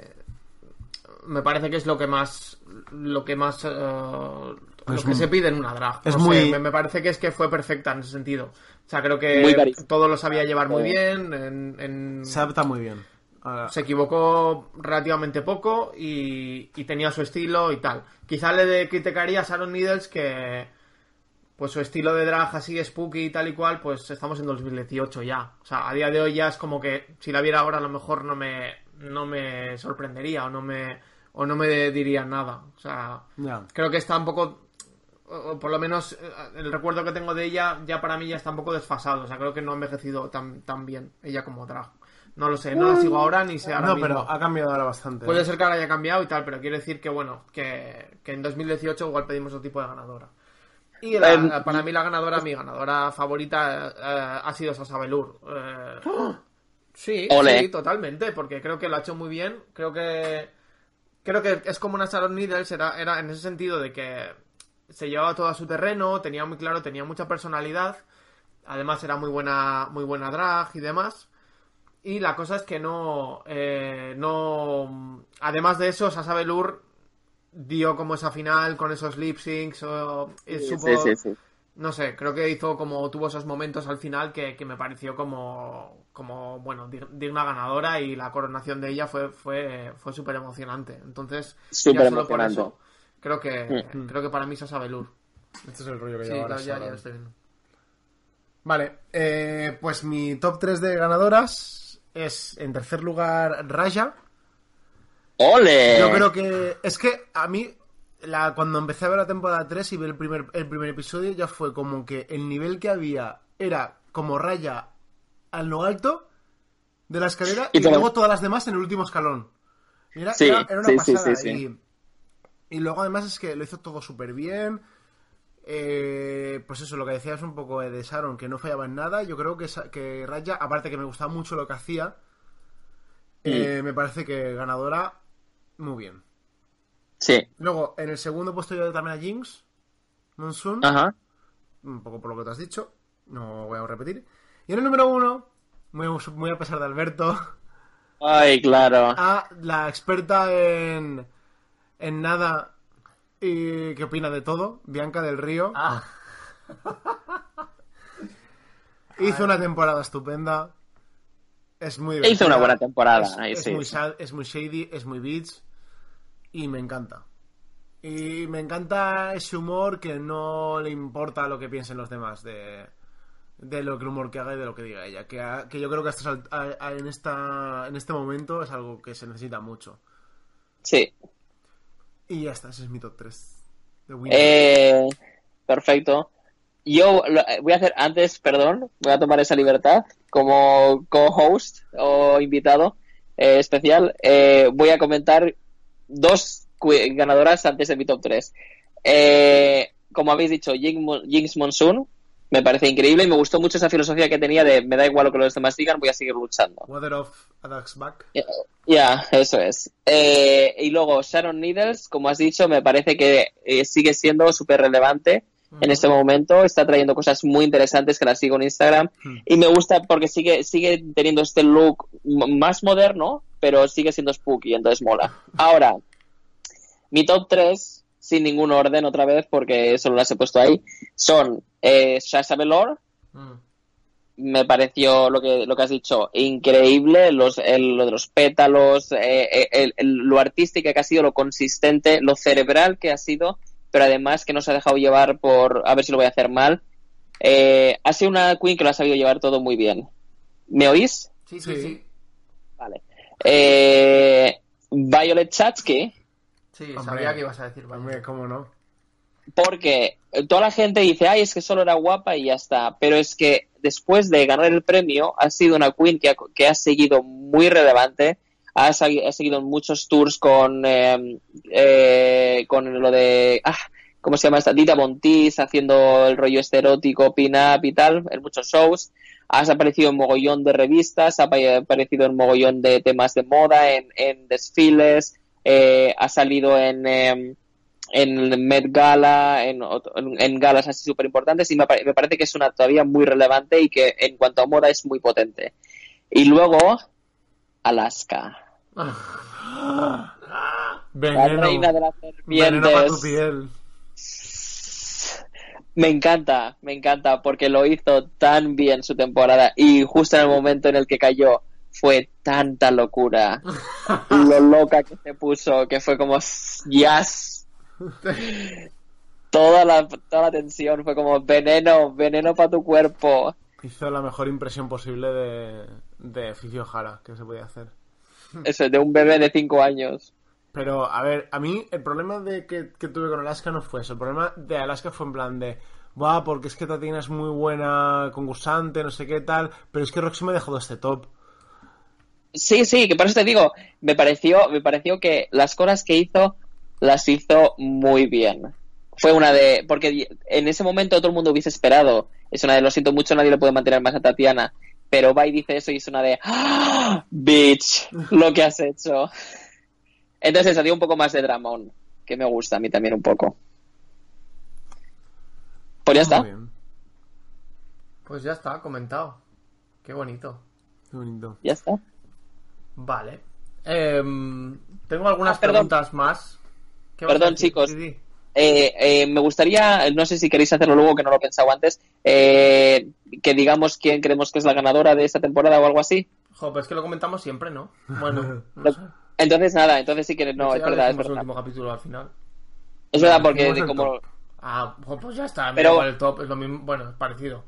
[SPEAKER 2] Me parece que es lo que más. Lo que más. eh, lo
[SPEAKER 3] Es
[SPEAKER 2] que
[SPEAKER 3] muy-
[SPEAKER 2] se pide en una draft.
[SPEAKER 3] es
[SPEAKER 2] No sé,
[SPEAKER 3] muy-
[SPEAKER 2] me, me parece que es que fue perfecta en ese sentido. O sea, creo que
[SPEAKER 4] Muy cari-
[SPEAKER 2] todo lo sabía llevar muy bien. en- en-
[SPEAKER 3] Se adapta muy bien. Ahora,
[SPEAKER 2] se equivocó relativamente poco y, y tenía su estilo y tal. Quizá le de- criticaría a Sharon Needles que pues su estilo de drag así spooky y tal y cual, pues estamos en 2018 ya. O sea, a día de hoy ya es como que si la viera ahora a lo mejor no me no me sorprendería o no me o no me diría nada. O sea,
[SPEAKER 3] ya.
[SPEAKER 2] creo que está un poco o o por lo menos eh, el recuerdo que tengo de ella ya para mí ya está un poco desfasado o sea creo que no ha envejecido tan, tan bien ella como drag no lo sé no la sigo ahora ni sé ahora
[SPEAKER 3] Mm. No,
[SPEAKER 2] mismo.
[SPEAKER 3] pero ha cambiado ahora bastante. ¿eh?
[SPEAKER 2] puede ser que ahora haya cambiado y tal pero quiero decir que bueno que, que en 2018 igual pedimos otro tipo de ganadora y la-
[SPEAKER 4] Em,
[SPEAKER 2] la- para mí la ganadora mi ganadora favorita eh, ha sido Sasa Velour Eh, Sí,
[SPEAKER 4] Ole.
[SPEAKER 2] sí, totalmente, porque creo que lo ha hecho muy bien. Creo que creo que es como una Sharon Needles, era, era en ese sentido de que se llevaba todo a su terreno, tenía muy claro, tenía mucha personalidad, además era muy buena, muy buena drag y demás. Y la cosa es que no, eh, no, además de eso, Sasa Velour dio como esa final con esos lip syncs, o, y
[SPEAKER 4] Sí,
[SPEAKER 2] supo-
[SPEAKER 4] sí, sí, sí.
[SPEAKER 2] no sé, creo que hizo como tuvo esos momentos al final que, que me pareció como, como bueno, dig- digna ganadora y la coronación de ella fue, fue, fue súper emocionante. Entonces, ya solo por
[SPEAKER 4] Superemocionante.
[SPEAKER 2] eso, creo que,
[SPEAKER 4] Mm,
[SPEAKER 2] creo que para mí Sasa Velour.
[SPEAKER 3] Este es el rollo que
[SPEAKER 2] Sí,
[SPEAKER 3] lleva ahora
[SPEAKER 2] claro, ya,
[SPEAKER 3] Sharon.
[SPEAKER 2] ya lo estoy viendo.
[SPEAKER 3] Vale, eh, pues mi top 3 de ganadoras es, en tercer lugar, Raya.
[SPEAKER 4] ¡Ole!
[SPEAKER 3] Yo creo que. Es que a mí, la, cuando empecé a ver la temporada 3 y ver el primer, el primer episodio, ya fue como que el nivel que había era como Raya a lo alto de la escalera y,
[SPEAKER 4] Y todo.
[SPEAKER 3] luego todas las demás en el último escalón. Y Era,
[SPEAKER 4] Sí,
[SPEAKER 3] era- era una
[SPEAKER 4] sí, sí,
[SPEAKER 3] pasada.
[SPEAKER 4] sí, sí.
[SPEAKER 3] Y, y luego además es que lo hizo todo súper bien. Eh, pues eso, lo que decías un poco eh, de Sharon, que no fallaba en nada. Yo creo que, Sa- que Raya, aparte que me gustaba mucho lo que hacía,
[SPEAKER 4] Mm.
[SPEAKER 3] eh, me parece que ganadora, muy bien.
[SPEAKER 4] Sí.
[SPEAKER 3] Luego, en el segundo puesto yo también a Jinx, Monsoon,
[SPEAKER 4] Ajá.
[SPEAKER 3] un poco por lo que te has dicho, no voy a repetir. Y en el número uno, muy, muy a pesar de Alberto,
[SPEAKER 4] Ay, claro.
[SPEAKER 3] a la experta en, en nada y que opina de todo, Bianca del Río.
[SPEAKER 4] Ah,
[SPEAKER 2] Ah.
[SPEAKER 3] Hizo una temporada estupenda. Es muy divertida.
[SPEAKER 4] Hizo una buena temporada,
[SPEAKER 3] Es,
[SPEAKER 4] ahí
[SPEAKER 3] es
[SPEAKER 4] sí.
[SPEAKER 3] muy sad, es muy shady, es muy beach. Y me encanta. Y me encanta ese humor que no le importa lo que piensen los demás de, de lo que el humor que haga y de lo que diga ella. Que, ha- que yo creo que a estas alt- a- a- en, esta, en este momento es algo que se necesita mucho.
[SPEAKER 4] Sí.
[SPEAKER 3] Y ya está, ese es mi top 3. De Winner.
[SPEAKER 4] Eh, perfecto. Yo lo- eh, voy a hacer antes, perdón, voy a tomar esa libertad como co-host o invitado eh, especial. eh, voy a comentar dos cu- ganadoras antes de mi top 3. como habéis dicho, Jin Mo- Jinx Monsoon me parece increíble y me gustó mucho esa filosofía que tenía de me da igual lo que los demás digan, voy a seguir luchando.
[SPEAKER 3] Water of Adax Back.
[SPEAKER 4] Ya, eso es. Eh, y luego Sharon Needles, como has dicho, me parece que eh, sigue siendo súper relevante en
[SPEAKER 2] Mm.
[SPEAKER 4] este momento. Está trayendo cosas muy interesantes que las sigo en Instagram. Y me gusta porque sigue, sigue teniendo este look m- más moderno, pero sigue siendo spooky, entonces mola. Ahora, mi top 3, sin ningún orden otra vez, porque solo las he puesto ahí, son eh, Sasha Velour,
[SPEAKER 2] Mm.
[SPEAKER 4] me pareció lo que, lo que has dicho increíble, los, el- lo de los pétalos, eh, el- el- lo artística que ha sido, lo consistente, lo cerebral que ha sido, pero además que no se ha dejado llevar por a ver si lo voy a hacer mal. Eh, ha sido una queen que lo ha sabido llevar todo muy bien. ¿Me oís?
[SPEAKER 2] Sí, sí,
[SPEAKER 3] Sí.
[SPEAKER 2] sí.
[SPEAKER 4] Vale. Eh, Violet Chatsky,
[SPEAKER 2] Sí,
[SPEAKER 3] Hombre.
[SPEAKER 2] sabía que ibas a decir. vaya.
[SPEAKER 3] Hombre, cómo no.
[SPEAKER 4] porque toda la gente dice, ay, es que solo era guapa y ya está, pero es que después de ganar el premio ha sido una queen que ha, que ha seguido muy relevante, ha, em, segui- ha seguido en muchos tours con, eh, eh, con lo de... ah, ¿cómo se llama esta? Dita Montis haciendo el rollo este erótico, pin-up y tal, en muchos shows. Has aparecido en mogollón de revistas, has aparecido en mogollón de temas de moda, en, en desfiles, eh, ha salido en, eh, en Met Gala, en, en galas así súper importantes y me, me, parece que es una todavía muy relevante y que en cuanto a moda es muy potente. Y luego, Alaska.
[SPEAKER 5] Veneno,
[SPEAKER 4] la reina de las
[SPEAKER 5] para tu piel.
[SPEAKER 4] Me encanta, me encanta, porque lo hizo tan bien su temporada y justo en el momento en el que cayó fue tanta locura. lo loca que se puso, que fue como, yes. toda, la, toda la tensión fue como, veneno, veneno para tu cuerpo.
[SPEAKER 3] Hizo la mejor impresión posible de, de Fifi Jara que se podía hacer.
[SPEAKER 4] Eso, de un bebé de 5 años.
[SPEAKER 3] Pero, a ver, a mí el problema de que, que, tuve con Alaska no fue eso. El problema de Alaska fue en plan de, va, porque es que Tatiana es muy buena concursante, no sé qué tal, pero es que Roxy me ha dejado este top.
[SPEAKER 4] Sí, sí, que por eso te digo, me pareció, me pareció que las cosas que hizo, las hizo muy bien. Fue una de, porque en ese momento todo el mundo hubiese esperado. Es una de, lo siento mucho, nadie le puede mantener más a Tatiana. Pero va y dice eso y es una de, ¡Ah, bitch, lo que has hecho. Entonces salió un poco más de dramón, que me gusta a mí también un poco. Pues ya está.
[SPEAKER 2] Pues ya está, comentado. Qué bonito.
[SPEAKER 3] Qué bonito.
[SPEAKER 4] Ya está.
[SPEAKER 2] Vale. Eh, tengo algunas ah, preguntas más.
[SPEAKER 4] Perdón, chicos. Sí, sí. Eh, eh, me gustaría, no sé si queréis hacerlo luego, que no lo he pensado antes, eh, que digamos quién creemos que es la ganadora de esta temporada o algo así.
[SPEAKER 2] Jo, pues es que lo comentamos siempre, ¿no? Bueno,
[SPEAKER 4] no sé. Pues Entonces, nada, entonces sí que
[SPEAKER 2] ya
[SPEAKER 4] no, es verdad.
[SPEAKER 2] Es
[SPEAKER 4] verdad.
[SPEAKER 2] el último capítulo al final.
[SPEAKER 4] Es verdad, porque de como.
[SPEAKER 2] Ah, pues ya está, pero el top es lo mismo, bueno, es parecido.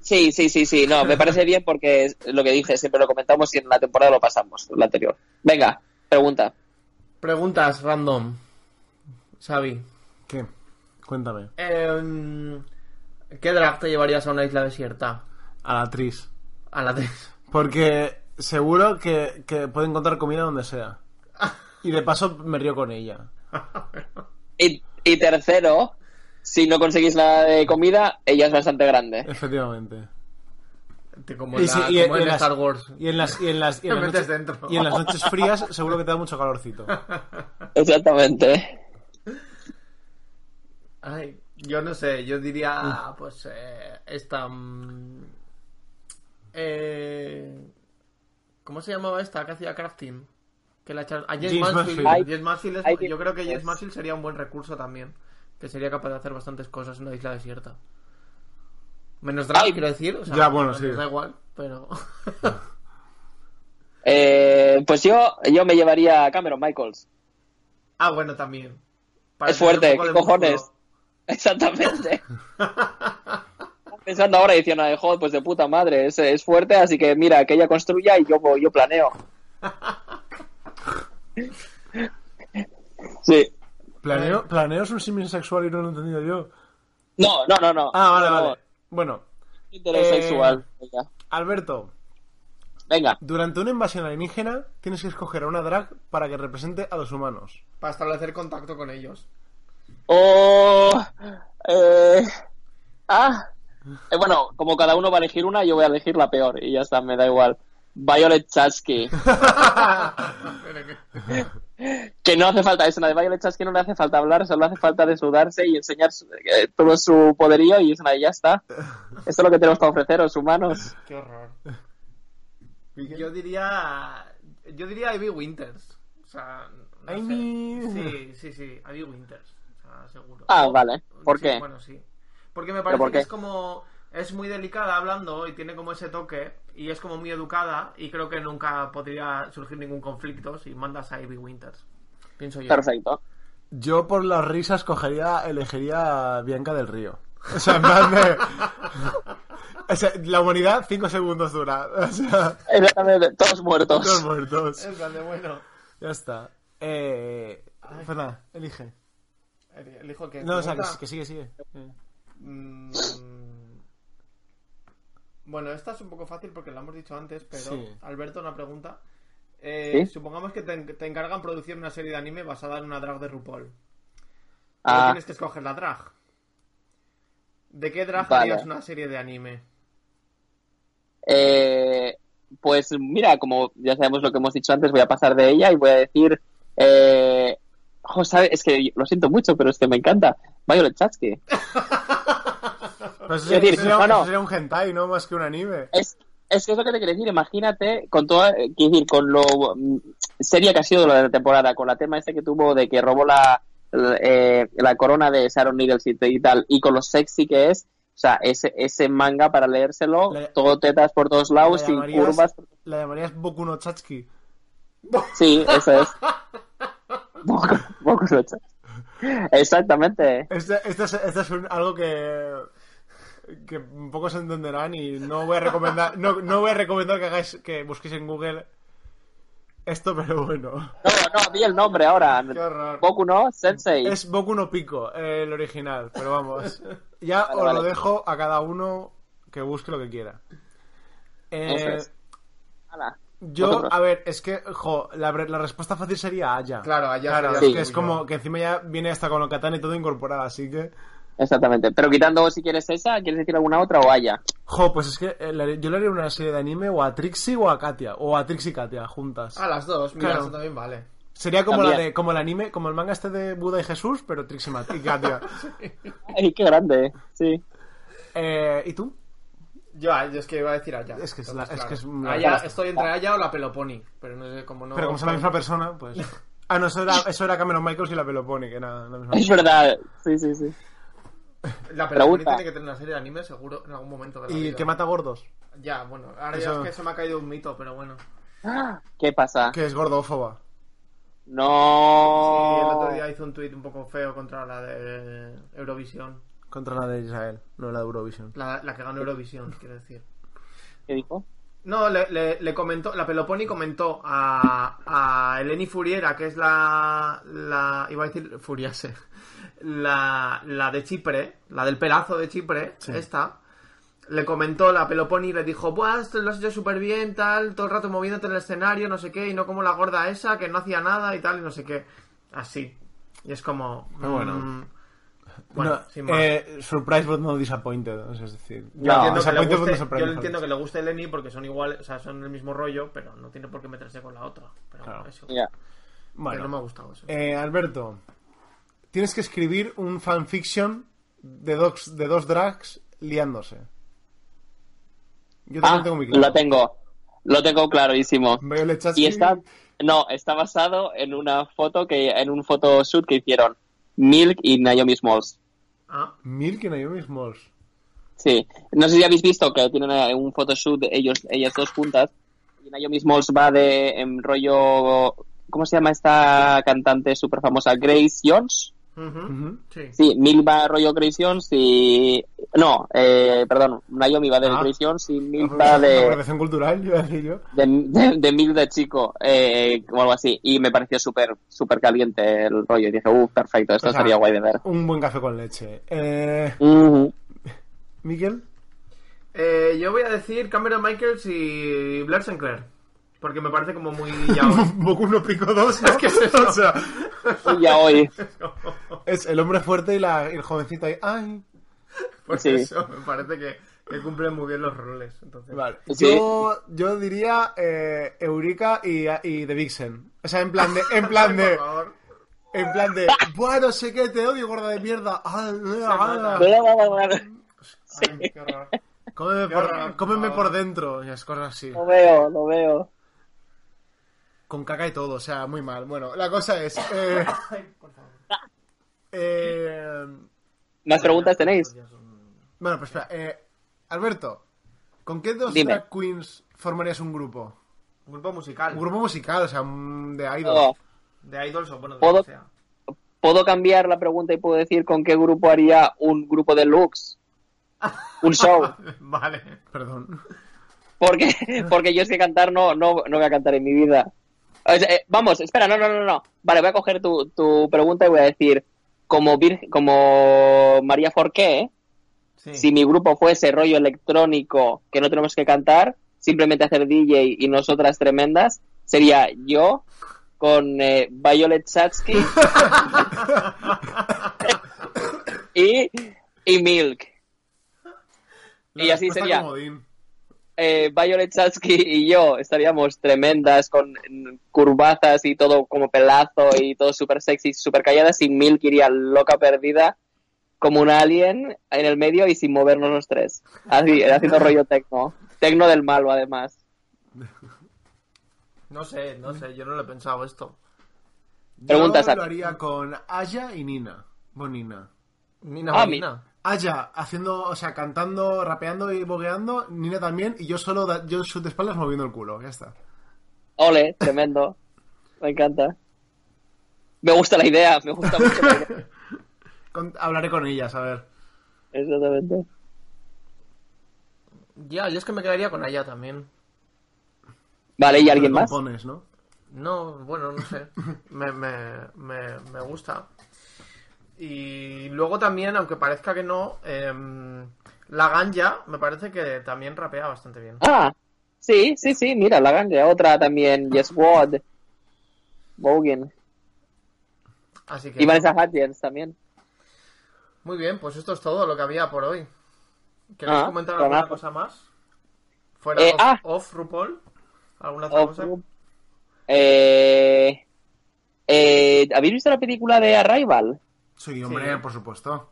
[SPEAKER 4] Sí, sí, sí, sí, no, me parece bien porque es lo que dije, siempre lo comentamos y en la temporada lo pasamos, la anterior. Venga, pregunta.
[SPEAKER 2] Preguntas random. Xavi.
[SPEAKER 3] ¿Qué? Cuéntame.
[SPEAKER 2] Eh, ¿Qué drag te llevarías a una isla desierta?
[SPEAKER 3] A la tris.
[SPEAKER 2] A la tris.
[SPEAKER 3] Porque seguro que, que puede encontrar comida donde sea. Y de paso me río con ella.
[SPEAKER 4] Y, y, tercero, si no conseguís nada de comida, ella es bastante grande.
[SPEAKER 3] Efectivamente.
[SPEAKER 2] Como en, la, y, como y, en, en Star Wars.
[SPEAKER 3] Y en las, y en las, y en las noches, dentro. y en las noches frías seguro que te da mucho calorcito.
[SPEAKER 4] Exactamente.
[SPEAKER 2] Ay, yo no sé, yo diría, pues, eh, esta... Mm, eh, ¿Cómo se llamaba esta que hacía crafting? Que la echar... A James, James Mansfield. Mansfield. James Mansfield es... I... yo creo que James Mansfield sería un buen recurso también. Que sería capaz de hacer bastantes cosas en una isla desierta. Menos drag, I... quiero decir. O sea,
[SPEAKER 3] ya, bueno, sí.
[SPEAKER 2] Da igual, pero.
[SPEAKER 4] eh, pues yo, yo me llevaría a Cameron Michaels.
[SPEAKER 2] Ah, bueno, también.
[SPEAKER 4] Para es fuerte, ¿qué cojones? Músculo. Exactamente. pensando ahora diciendo, joder, pues de puta madre, es, es, fuerte, así que mira, que ella construya y yo, yo planeo. sí.
[SPEAKER 3] ¿Planeo, ¿Planeo es un símil sexual y no lo he entendido yo?
[SPEAKER 4] No, no, no, no.
[SPEAKER 3] Ah, vale, vale. vale. Bueno.
[SPEAKER 4] Interés eh, sexual. Venga.
[SPEAKER 3] Alberto.
[SPEAKER 4] Venga.
[SPEAKER 3] Durante una invasión alienígena tienes que escoger a una drag para que represente a los humanos.
[SPEAKER 2] Para establecer contacto con ellos.
[SPEAKER 4] Oh. Eh, ah. Eh, bueno, como cada uno va a elegir una, yo voy a elegir la peor y ya está, me da igual. Violet Chasky. que no hace falta, es una de Violet Chasky, no le hace falta hablar, solo hace falta desnudarse y enseñar su, eh, todo su poderío y es una, ya está. Esto es lo que tenemos para ofreceros, humanos.
[SPEAKER 2] Qué horror. Yo diría. Yo diría Ivy Winters. O sea. No sé. Sí, sí, sí, Ivy Winters. O sea, seguro.
[SPEAKER 4] Ah, vale. ¿Por
[SPEAKER 2] sí,
[SPEAKER 4] qué?
[SPEAKER 2] Bueno, sí. Porque me parece por que es como. Es muy delicada hablando y tiene como ese toque. Y es como muy educada. Y creo que nunca podría surgir ningún conflicto si mandas a Ivy Winters. Pienso yo.
[SPEAKER 4] Perfecto.
[SPEAKER 3] Yo por las risas cogería, elegiría a Bianca del Río. O sea, en plan de. o sea, la humanidad, cinco segundos dura. O sea,
[SPEAKER 4] Eh, Exactamente, todos muertos.
[SPEAKER 3] Todos muertos.
[SPEAKER 2] Es grande, bueno.
[SPEAKER 3] Ya está. Eh. Fernanda, elige.
[SPEAKER 2] Elijo que.
[SPEAKER 3] No, o sea, que, que sigue, sigue.
[SPEAKER 2] Mm, Bueno, esta es un poco fácil porque lo hemos dicho antes, pero sí. Alberto, una pregunta. Eh, ¿Sí? Supongamos que te, te, encargan producir una serie de anime basada en una drag de RuPaul.
[SPEAKER 4] Ah.
[SPEAKER 6] Pero tienes que escoger la drag. ¿De qué drag
[SPEAKER 4] Vale.
[SPEAKER 6] harías una serie de anime?
[SPEAKER 4] Eh, pues mira, como ya sabemos lo que hemos dicho antes, voy a pasar de ella y voy a decir. Eh, jo, ¿sabe? Es que lo siento mucho, pero es que me encanta. Violet Chachki.
[SPEAKER 3] Pero eso,
[SPEAKER 4] Quiero
[SPEAKER 3] sería-
[SPEAKER 4] decir,
[SPEAKER 3] eso sería,
[SPEAKER 4] no, no.
[SPEAKER 3] eso sería un hentai, ¿no? Más que un anime.
[SPEAKER 4] Es, es que es lo que te quiero decir. Imagínate, con toda, eh, quiero decir, con lo mm, seria que ha sido la temporada, con la tema este que tuvo de que robó la, la, eh, la corona de Sharon Needles y, y tal, y con lo sexy que es. O sea, ese, ese manga para leérselo,
[SPEAKER 3] La-
[SPEAKER 4] todo tetas por todos lados,
[SPEAKER 3] la
[SPEAKER 4] sin
[SPEAKER 3] llamarías-
[SPEAKER 4] curvas.
[SPEAKER 3] La llamarías Boku no Chatsky.
[SPEAKER 4] Sí, eso es. Poco- pocos lo echas. Exactamente.
[SPEAKER 3] Esta, esta Este, es, esta es un- algo que que pocos entenderán y no voy a recomendar no, no voy a recomendar que hagáis que busquéis en Google esto pero bueno
[SPEAKER 4] No, no, di el nombre ahora.
[SPEAKER 3] Qué horror.
[SPEAKER 4] Boku no, Sensei.
[SPEAKER 3] es Boku no Pico eh, el original pero vamos ya
[SPEAKER 4] Vale,
[SPEAKER 3] os lo
[SPEAKER 4] vale.
[SPEAKER 3] dejo a cada uno que busque lo que quiera Eh,
[SPEAKER 4] Eso es. Ala.
[SPEAKER 3] yo
[SPEAKER 4] Vosotros.
[SPEAKER 3] a ver es que jo, la, re- la respuesta fácil sería Aya
[SPEAKER 2] Claro, Aya
[SPEAKER 3] Claro,
[SPEAKER 2] sería
[SPEAKER 3] es
[SPEAKER 4] Sí.
[SPEAKER 3] que es como que encima ya viene hasta con lo katana y todo incorporado así que
[SPEAKER 4] Exactamente. Pero quitando si quieres esa, ¿quieres decir alguna otra o haya?
[SPEAKER 3] Jo, pues es que eh, le haré- yo le haría una serie de anime o a Trixie o a Katia. O a Trixie y Katia juntas.
[SPEAKER 2] A Ah, las dos, mira,
[SPEAKER 3] Claro.
[SPEAKER 2] eso también vale.
[SPEAKER 3] Sería como, la
[SPEAKER 4] También.
[SPEAKER 3] de, como el anime, como el manga este de Buda y Jesús, pero Trixie Mat- y Katia.
[SPEAKER 4] Ay, qué grande. Sí.
[SPEAKER 3] eh, ¿Y tú?
[SPEAKER 2] Yo, ah, yo es que iba a decir Aya.
[SPEAKER 3] Es que es
[SPEAKER 2] Entonces,
[SPEAKER 3] la- es que es una-
[SPEAKER 2] Aya, estoy entre Aya o la Peloponi, pero no sé cómo no.
[SPEAKER 3] pero como son la misma persona, pues. Ah, no, eso era, eso era Cameron Michaels y la Peloponi, que era la misma.
[SPEAKER 4] Es verdad. Sí, sí, sí.
[SPEAKER 2] La Peloponi
[SPEAKER 4] Pregunta.
[SPEAKER 2] tiene que tener una serie de anime seguro en algún momento de la
[SPEAKER 3] Y
[SPEAKER 2] vida.
[SPEAKER 3] el que mata gordos,
[SPEAKER 2] Ya, bueno, ahora
[SPEAKER 3] Eso-
[SPEAKER 2] ya es que se me ha caído un mito, pero bueno.
[SPEAKER 4] ¿Qué pasa?
[SPEAKER 3] que es gordófoba.
[SPEAKER 4] No.
[SPEAKER 2] Y el otro día hizo un tuit un poco feo contra la de Eurovisión.
[SPEAKER 3] Contra la de Israel, no la de Eurovision.
[SPEAKER 2] La, la que ganó Eurovisión, quiero decir.
[SPEAKER 4] ¿Qué dijo?
[SPEAKER 2] No, le, le- le comentó, la Peloponi comentó a, a Eleni Furiera, que es la, la. iba a decir Furiase. La, la de Chipre, la del pelazo de Chipre, esta. Le comentó la Peloponi y le dijo: Buah, esto lo has hecho súper bien, tal, todo el rato moviéndote en el escenario, no sé qué, y no como la gorda esa, que no hacía nada y tal, y no sé qué. Así. Y es como.
[SPEAKER 3] Pero bueno.
[SPEAKER 2] mm, bueno,
[SPEAKER 3] No,
[SPEAKER 2] sin más.
[SPEAKER 3] eh, surprise but no disappointed, o sea, es decir.
[SPEAKER 2] Yo,
[SPEAKER 4] No,
[SPEAKER 2] entiendo, que le
[SPEAKER 3] disappointed but
[SPEAKER 2] guste,
[SPEAKER 3] no surprised,
[SPEAKER 2] yo
[SPEAKER 3] mejor
[SPEAKER 2] entiendo
[SPEAKER 3] dicho.
[SPEAKER 2] que le guste Lenny porque son iguales, o sea, son el mismo rollo, pero no tiene por qué meterse con la otra. Pero
[SPEAKER 3] Claro.
[SPEAKER 2] bueno, eso,
[SPEAKER 4] Ya.
[SPEAKER 2] que no me ha
[SPEAKER 3] Bueno,
[SPEAKER 2] gustado eso.
[SPEAKER 3] eh, Alberto, tienes que escribir un fanfiction de dos, de dos drags liándose. Yo también
[SPEAKER 4] Ah,
[SPEAKER 3] tengo mi claro.
[SPEAKER 4] lo tengo. Lo tengo clarísimo.
[SPEAKER 3] Violet Chachki-
[SPEAKER 4] y está no está basado en una foto que en un photoshoot que hicieron Milk y Naomi Smalls
[SPEAKER 2] Ah,
[SPEAKER 3] Milk y Naomi Smalls.
[SPEAKER 4] sí no sé si habéis visto que tienen eh, un photoshoot ellos ellas dos juntas y Naomi Smalls va de en rollo cómo se llama esta cantante súper famosa Grace Jones
[SPEAKER 2] ujú,
[SPEAKER 3] Ujú.
[SPEAKER 2] sí.
[SPEAKER 4] sí Milk va rollo Grace Jones y no eh, perdón Naomi va de
[SPEAKER 3] Ah.
[SPEAKER 4] Grace Jones y Milk va
[SPEAKER 3] Una
[SPEAKER 4] de
[SPEAKER 3] Apropiación cultural, iba a decir yo.
[SPEAKER 4] de, de, de mil de chico eh, o algo así y me pareció súper súper caliente el rollo y dije uh perfecto esto
[SPEAKER 3] O sea,
[SPEAKER 4] sería guay de ver
[SPEAKER 3] Un buen café con leche. Eh,
[SPEAKER 4] Ujú.
[SPEAKER 3] Miquel,
[SPEAKER 2] Eh, yo voy a decir Cameron Michaels y Blair Sinclair. Porque me parece como muy yaoi.
[SPEAKER 3] Boku no Pico 2, ¿no?
[SPEAKER 2] que es eso.
[SPEAKER 3] O sea,
[SPEAKER 4] Y ya hoy
[SPEAKER 3] es el hombre fuerte y, la, y el jovencito ahí. ¡Ay!
[SPEAKER 2] Por
[SPEAKER 4] Sí.
[SPEAKER 2] eso, me parece que, que cumplen muy bien los roles. Entonces,
[SPEAKER 3] Vale.
[SPEAKER 4] Sí.
[SPEAKER 3] Yo, yo diría eh, Eureka y, y The Vixen. O sea, en plan de. En plan de.
[SPEAKER 2] Por favor.
[SPEAKER 3] En plan de. Bueno, sé que te odio, gorda de mierda. Ah, ah, ah.
[SPEAKER 4] Bla, bla, bla, bla.
[SPEAKER 2] Ay, qué horror.
[SPEAKER 3] Cómeme,
[SPEAKER 2] Qué
[SPEAKER 3] por,
[SPEAKER 2] horror.
[SPEAKER 3] cómeme por dentro. Y las cosas así.
[SPEAKER 4] lo veo lo veo
[SPEAKER 3] Con caca y todo. O sea, muy mal. Bueno, la cosa es. Eh, eh,
[SPEAKER 4] más preguntas tenéis
[SPEAKER 3] bueno, pues espera. eh, Alberto, ¿con qué dos
[SPEAKER 4] Dime.
[SPEAKER 3] drag queens formarías un grupo?
[SPEAKER 2] Grupo musical.
[SPEAKER 3] Un grupo musical, o sea, un- de idol.
[SPEAKER 4] Oh,
[SPEAKER 2] De idols o bueno, de
[SPEAKER 4] ¿Puedo?
[SPEAKER 2] lo que sea.
[SPEAKER 4] puedo cambiar la pregunta y puedo decir con qué grupo haría un grupo de looks un show
[SPEAKER 2] Vale.
[SPEAKER 3] Perdón.
[SPEAKER 4] porque porque yo es que cantar no no no voy a cantar en mi vida O sea, eh, vamos espera no no no no vale voy a coger tu, tu pregunta y voy a decir como Vir- como María Forqué
[SPEAKER 2] Sí.
[SPEAKER 4] si mi grupo fuese rollo electrónico que no tenemos que cantar, simplemente hacer DJ y nosotras tremendas, sería yo con eh, Violet Chatsky y, y Milk.
[SPEAKER 3] La
[SPEAKER 4] y así
[SPEAKER 3] respuesta
[SPEAKER 4] sería.
[SPEAKER 3] comodín.
[SPEAKER 4] eh, Violet Chatsky y yo estaríamos tremendas con mm, curvazas y todo como pelazo y todo súper sexy, súper calladas y Milk iría loca perdida como un alien en el medio y sin movernos los tres. Así, haciendo rollo tecno. Tecno del malo además.
[SPEAKER 2] No sé, no sé, yo no lo he pensado esto.
[SPEAKER 4] Pregunta,
[SPEAKER 3] Yo
[SPEAKER 4] Sara.
[SPEAKER 3] lo haría con Aya y Nina. Bonina.
[SPEAKER 2] Nina
[SPEAKER 4] Ah,
[SPEAKER 2] Molina.
[SPEAKER 3] Aya haciendo, o sea, cantando, rapeando y bogueando, Nina también, y yo solo, da- yo en sus espaldas moviendo el culo, ya está.
[SPEAKER 4] Ole, tremendo. Me encanta. Me gusta la idea, me gusta mucho la idea.
[SPEAKER 3] Con- hablaré con ellas, a ver.
[SPEAKER 4] Exactamente.
[SPEAKER 2] Ya, yo es que me quedaría con Aya también.
[SPEAKER 4] Vale, ¿y alguien más?
[SPEAKER 3] Compones, ¿no?
[SPEAKER 2] No, bueno, no sé. Me, me, me, me gusta. Y luego también, aunque parezca que no, em, la ganja me parece que también rapea bastante bien.
[SPEAKER 4] Ah, sí, sí, sí, mira, la ganja. Otra también, Yes Ward. Bogan.
[SPEAKER 2] Así que,
[SPEAKER 4] Y Vanessa Hudgens también.
[SPEAKER 2] muy bien, pues esto es todo lo que había por hoy. ¿Queréis
[SPEAKER 4] Ah,
[SPEAKER 2] comentar alguna
[SPEAKER 4] buenazo.
[SPEAKER 2] cosa más? ¿Fuera
[SPEAKER 4] Eh,
[SPEAKER 2] off,
[SPEAKER 4] ah.
[SPEAKER 2] off RuPaul? ¿Alguna otra
[SPEAKER 4] O-
[SPEAKER 2] cosa?
[SPEAKER 4] Oh, eh, eh, ¿Habéis visto la película de Arrival?
[SPEAKER 3] Sí, hombre, por supuesto.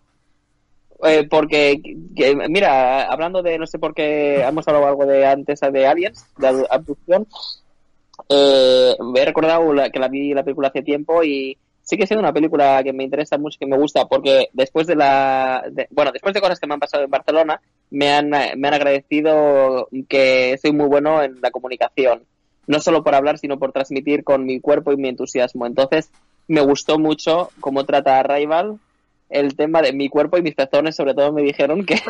[SPEAKER 4] Eh, porque, que- mira, hablando de, no sé por qué, hemos hablado algo de antes de Aliens, de abdu- abducción. Eh, he recordado la- que la vi la película hace tiempo y sí que ha sido una película que me interesa mucho, que me gusta, porque después de la. de- bueno, después de cosas que me han pasado en Barcelona, me han, eh, me han agradecido que soy muy bueno en la comunicación. No solo por hablar, sino por transmitir con mi cuerpo y mi entusiasmo. Entonces, me gustó mucho cómo trata a Rival el tema de mi cuerpo y mis pezones, sobre todo me dijeron que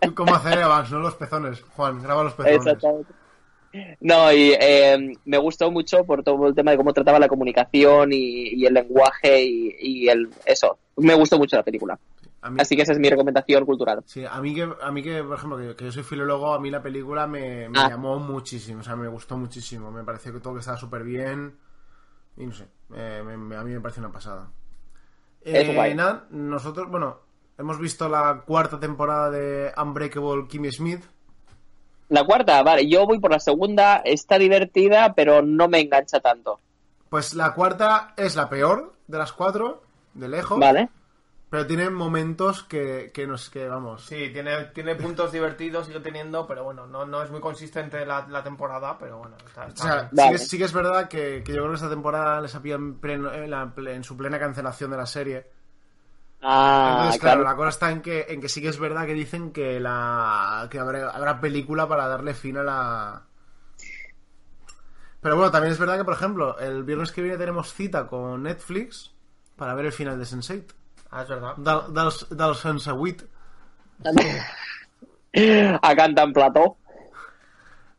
[SPEAKER 3] Tú ¿Cómo hacer Evax, no los pezones? Juan, graba los pezones.
[SPEAKER 4] Exactamente. No, y eh, me gustó mucho por todo el tema de cómo trataba la comunicación y, y el lenguaje y, y el eso. Me gustó mucho la película.
[SPEAKER 3] A mí,
[SPEAKER 4] Así que esa es mi recomendación cultural.
[SPEAKER 3] sí, a mí que, a mí que por ejemplo, que, que yo soy filólogo, a mí la película me, me
[SPEAKER 4] Ah.
[SPEAKER 3] llamó muchísimo, o sea, me gustó muchísimo. Me pareció que todo que estaba súper bien. Y no sé, eh, me- me- a mí me parece una pasada.
[SPEAKER 4] Es
[SPEAKER 3] Eh,
[SPEAKER 4] guay.
[SPEAKER 3] nada, nosotros, bueno, hemos visto la cuarta temporada de Unbreakable Kimmy Smith.
[SPEAKER 4] La cuarta, vale, yo voy por la segunda, está divertida, pero no me engancha tanto.
[SPEAKER 3] Pues la cuarta es la peor de las cuatro, de lejos.
[SPEAKER 4] ¿Vale?
[SPEAKER 3] Pero tiene momentos que, que nos que vamos.
[SPEAKER 2] Sí, tiene, tiene puntos divertidos, sigue teniendo, pero bueno, no, no es muy consistente la, la temporada, pero bueno, está,
[SPEAKER 3] O
[SPEAKER 2] está
[SPEAKER 3] sea,
[SPEAKER 2] bien.
[SPEAKER 3] sí,
[SPEAKER 4] Vale.
[SPEAKER 3] que, sí que es verdad que, que yo creo que esta temporada les había en, pleno- en la- en su plena cancelación de la serie.
[SPEAKER 4] Ah,
[SPEAKER 3] Entonces, claro,
[SPEAKER 4] claro.
[SPEAKER 3] la cosa está en que, en que sí que es verdad que dicen que la que habrá, habrá película para darle fin a la. Pero bueno, también es verdad que, por ejemplo, el viernes que viene tenemos cita con Netflix para ver el final de Sense8.
[SPEAKER 2] Ah, es verdad.
[SPEAKER 3] Dal, dal, dal Sense8.
[SPEAKER 4] A Cantan Plató.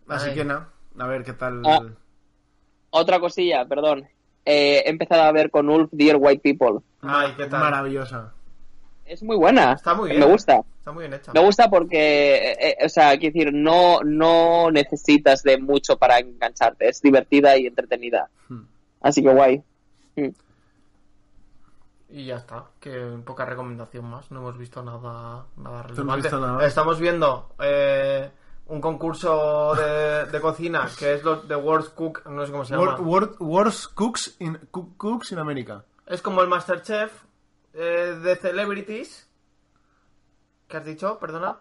[SPEAKER 3] Así
[SPEAKER 2] Ay.
[SPEAKER 3] que nada, a ver qué tal.
[SPEAKER 4] Ah. Otra cosilla, perdón. Eh, he empezado a ver con Ulf Dear White People.
[SPEAKER 2] Ay, qué tal.
[SPEAKER 3] Maravillosa.
[SPEAKER 4] Es muy buena.
[SPEAKER 2] Está muy
[SPEAKER 4] Me
[SPEAKER 2] bien.
[SPEAKER 4] gusta.
[SPEAKER 2] Está muy bien hecha.
[SPEAKER 4] Me gusta porque, eh, eh, o sea, quiero decir, no, no necesitas de mucho para engancharte. Es divertida y entretenida.
[SPEAKER 3] Hmm.
[SPEAKER 4] Así que guay. Mm.
[SPEAKER 2] Y ya está, que poca recomendación más. No hemos visto nada, nada relevante.
[SPEAKER 3] visto nada.
[SPEAKER 2] Estamos viendo eh, un concurso de, de cocina que es los The Worst Cook, no sé cómo se llama.
[SPEAKER 3] Wor- wor- worst cooks in, cook- cooks in America.
[SPEAKER 2] Es como el Masterchef eh, de Celebrities. ¿Qué has dicho? Perdona.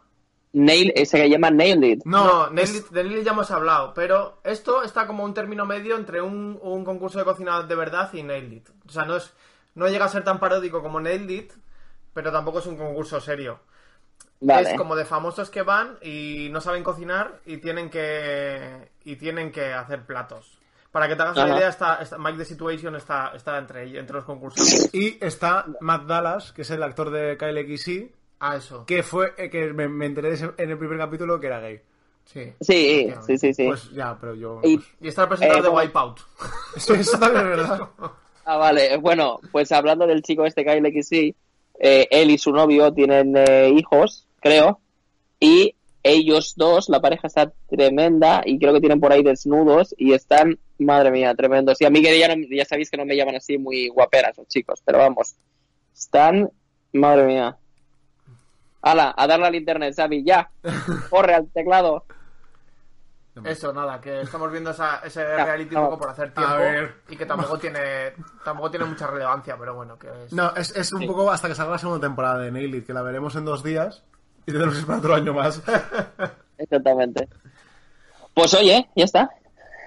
[SPEAKER 4] Nail, eh, se llama Nailed It.
[SPEAKER 3] No,
[SPEAKER 2] Nelly-
[SPEAKER 3] es-
[SPEAKER 2] de Nelly ya hemos hablado, pero esto está como un término medio entre un, un concurso de cocina de verdad y Nailed It. O sea, no, es, no llega a ser tan paródico como Nailed It, pero tampoco es un concurso serio.
[SPEAKER 4] Vale.
[SPEAKER 2] Es como de famosos que van y no saben cocinar y tienen que y tienen que hacer platos. Para que te hagas una
[SPEAKER 4] Ajá.
[SPEAKER 2] idea, está, está- Mike the Situation está, está entre, ellos- entre los concursantes.
[SPEAKER 3] y está Matt Dallas, que es el actor de Kyle XC,
[SPEAKER 2] Ah, eso.
[SPEAKER 3] que fue eh, que me, me enteré de ese- en el primer capítulo que era gay.
[SPEAKER 2] Sí.
[SPEAKER 4] Sí, sí, sí, sí.
[SPEAKER 3] Pues ya, pero yo.
[SPEAKER 4] Y-
[SPEAKER 3] pues-
[SPEAKER 2] Y está el presentador
[SPEAKER 4] Eh,
[SPEAKER 2] de
[SPEAKER 4] bueno.
[SPEAKER 2] Wipeout.
[SPEAKER 3] Sí, eso también es verdad.
[SPEAKER 4] Ah, vale. Bueno, pues hablando del chico este Kyle XC, eh, él y su novio tienen eh, hijos, creo, y ellos dos, la pareja está tremenda y creo que tienen por ahí desnudos y están, madre mía, tremendos. Y a mí que ya, no- ya sabéis que no me llaman así muy guaperas los chicos, pero vamos, están Madre mía. Ala, a darle al internet, Xavi, ya. Corre al teclado.
[SPEAKER 7] Eso, nada, que estamos viendo esa, ese reality poco por hacer tiempo.
[SPEAKER 3] A ver.
[SPEAKER 7] Y que tampoco tiene, tampoco tiene mucha relevancia, pero bueno, que es.
[SPEAKER 3] No, es, es un poco hasta que salga la segunda temporada de Nailed, que la veremos en dos días y tenemos que esperar otro año más.
[SPEAKER 4] Exactamente. Pues oye, ya está.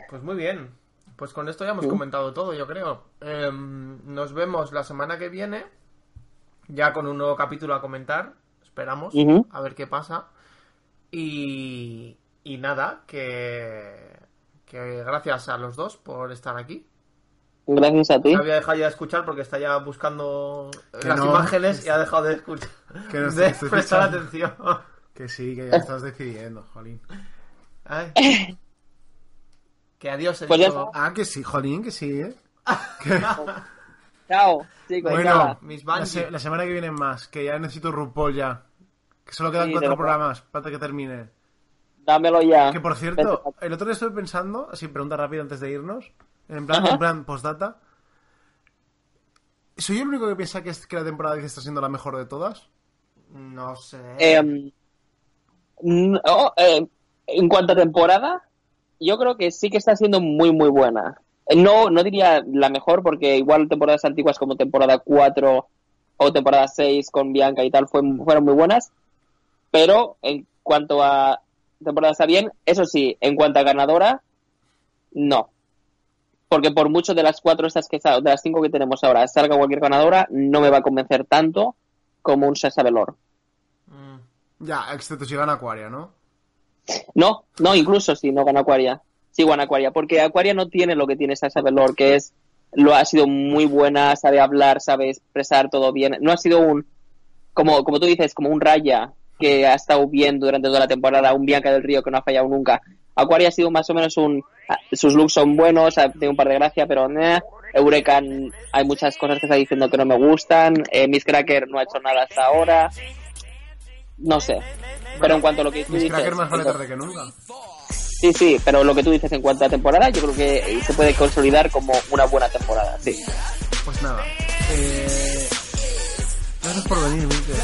[SPEAKER 7] Pues muy bien. Pues con esto ya hemos comentado todo, yo creo. Em, nos vemos la semana que viene, ya con un nuevo capítulo a comentar. Esperamos,
[SPEAKER 4] Ujú.
[SPEAKER 7] a ver qué pasa. Y, y nada, que, que gracias a los dos por estar aquí.
[SPEAKER 4] Gracias a ti.
[SPEAKER 7] Había dejado ya de escuchar porque está ya buscando eh,
[SPEAKER 3] Que
[SPEAKER 7] las
[SPEAKER 3] no.
[SPEAKER 7] imágenes y ha dejado de escuchar.
[SPEAKER 3] Que no estoy-
[SPEAKER 7] de
[SPEAKER 3] estoy
[SPEAKER 7] prestar
[SPEAKER 3] escuchando.
[SPEAKER 7] atención.
[SPEAKER 3] Que sí, que ya estás decidiendo, jolín.
[SPEAKER 7] Ay. Que adiós, he
[SPEAKER 4] Pues ya
[SPEAKER 7] dicho.
[SPEAKER 4] está.
[SPEAKER 3] Ah, que sí, jolín, que sí, ¿eh?
[SPEAKER 4] Chao, chicos.
[SPEAKER 3] Bueno.
[SPEAKER 4] nada.
[SPEAKER 7] Mis
[SPEAKER 3] La,
[SPEAKER 7] Bungie.
[SPEAKER 3] se- la semana que viene más, que ya necesito RuPaul ya. Que solo quedan
[SPEAKER 4] Sí, de
[SPEAKER 3] cuatro
[SPEAKER 4] verdad.
[SPEAKER 3] programas para que termine.
[SPEAKER 4] Dámelo ya.
[SPEAKER 3] Que por
[SPEAKER 4] Vete
[SPEAKER 3] cierto,
[SPEAKER 4] pa-
[SPEAKER 3] el otro día estuve pensando, así pregunta rápida antes de irnos, en plan,
[SPEAKER 4] Ajá.
[SPEAKER 3] en plan postdata. ¿Soy yo el único que piensa que, es- que la temporada 10 está siendo la mejor de todas?
[SPEAKER 7] No sé.
[SPEAKER 4] Em, mm, oh, em, en cuanto a temporada, yo creo que sí que está siendo muy, muy buena. Eh, No, no diría la mejor, porque igual temporadas antiguas como temporada 4 o temporada 6 con Bianca y tal fue- fueron muy buenas. Pero en cuanto a temporada está bien, eso sí, en cuanto a ganadora, no. Porque por mucho de las cuatro estas que sa- de las cinco que tenemos ahora, salga cualquier ganadora, no me va a convencer tanto como un Sasha Velour.
[SPEAKER 7] Mm.
[SPEAKER 3] Ya, excepto si gana Acuaria, ¿no?
[SPEAKER 4] No, no, incluso si no gana Aquaria. Sí, gana Aquaria, porque Aquaria no tiene lo que tiene Sasha Velour, que es, lo ha sido muy buena, sabe hablar, sabe expresar todo bien. No ha sido un, como, como tú dices, como un Raya que ha estado bien durante toda la temporada, un Bianca del Río que no ha fallado nunca. Aquaria ha sido más o menos un, sus looks son buenos, ha tenido un par de gracia, pero nah. Eureka, n- hay muchas cosas que está diciendo que no me gustan. Eh, Miss Cracker no ha hecho nada hasta ahora. No sé. Pero en cuanto a lo que tú
[SPEAKER 3] Mis
[SPEAKER 4] dices,
[SPEAKER 3] cracker más vale
[SPEAKER 4] eso-
[SPEAKER 3] tarde que nunca.
[SPEAKER 4] Sí, sí, pero lo que tú dices en cuanto a temporada, yo creo que eh, se puede consolidar como una buena temporada, sí.
[SPEAKER 3] Pues nada. Eh... Gracias por venir, Mikel.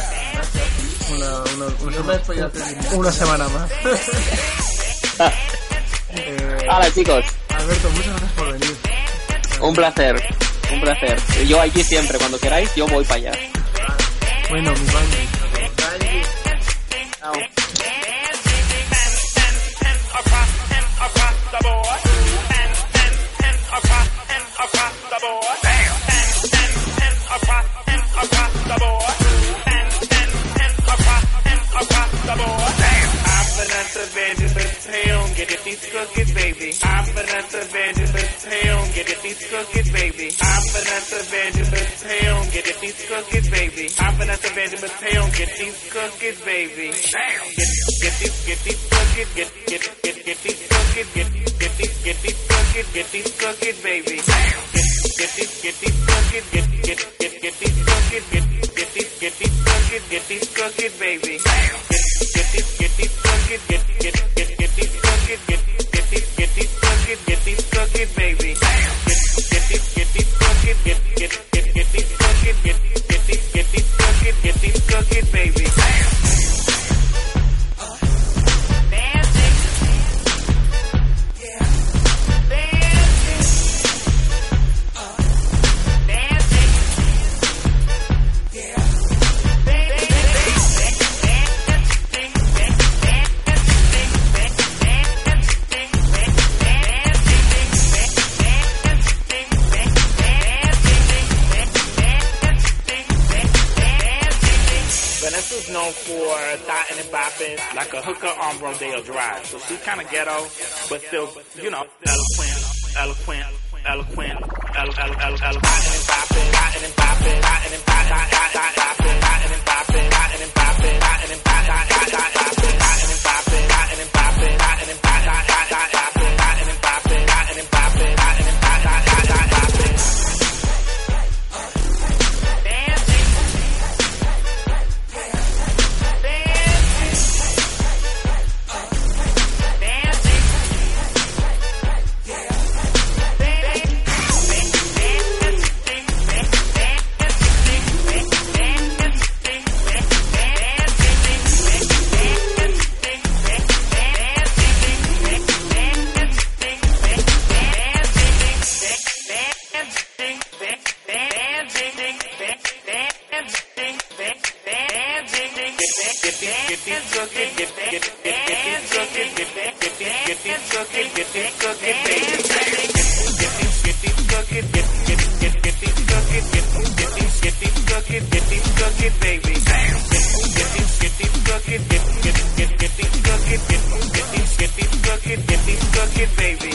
[SPEAKER 3] Una, una- una
[SPEAKER 7] Yo me he despedido hace diez
[SPEAKER 3] sema- una semana más. Eh,
[SPEAKER 4] Ah, Hola chicos,
[SPEAKER 3] Alberto, muchas gracias por venir.
[SPEAKER 4] un placer, un placer. Yo aquí siempre, cuando queráis, yo voy para allá.
[SPEAKER 3] Bueno, mi baño.
[SPEAKER 4] Eh. Chao.
[SPEAKER 8] I've been out to Vanderbilt town, get at these cookies, baby. I've been out to Vanderbilt town, get at these cookies, baby. I've been out to Vanderbilt town, get at these cookies, baby. I've been out to Vanderbilt town, get these cookies, baby. Damn. Get, get these, get these cookies, get, get, get, get these cookies, get, get these, get these cookies, get these cookies, baby. Damn. Get, get these, get these cookies, get, get, get, get these cookies, get, get these, get these cookies, get these cookies, baby. Damn. Get, get these, get these cookies, get, get, get, get these cookies, get, get these, get these cookies, get these cookies, baby. Damn. Get, get these, get these cookies, get, get, get, get these cookies, get, get these, get these cookies, get these cookies, baby. Damn. Vanessa's known for dotting and bopping like a hooker on Rodeo Drive. So she's kind of ghetto, but still, you know, eloquent, eloquent, eloquent, elo- elo- elo- elo- dotting and bopping, dotting and bopping, dotting and bop- dot- dot- dot- bopping, dotting and bopping, dotting and bopping, dotting and bop- dot- dot- dot- bopping, dotting and bopping, dotting and bopping, dotting and bop- dot- dot- dot- bopping, dotting and bopping, dotting and bopping, dotting and bop- dot- dot- dot- bopping. Thank you. get, get, get, get these crooked, get, get, get these crooked, get these crooked, get these crooked, baby.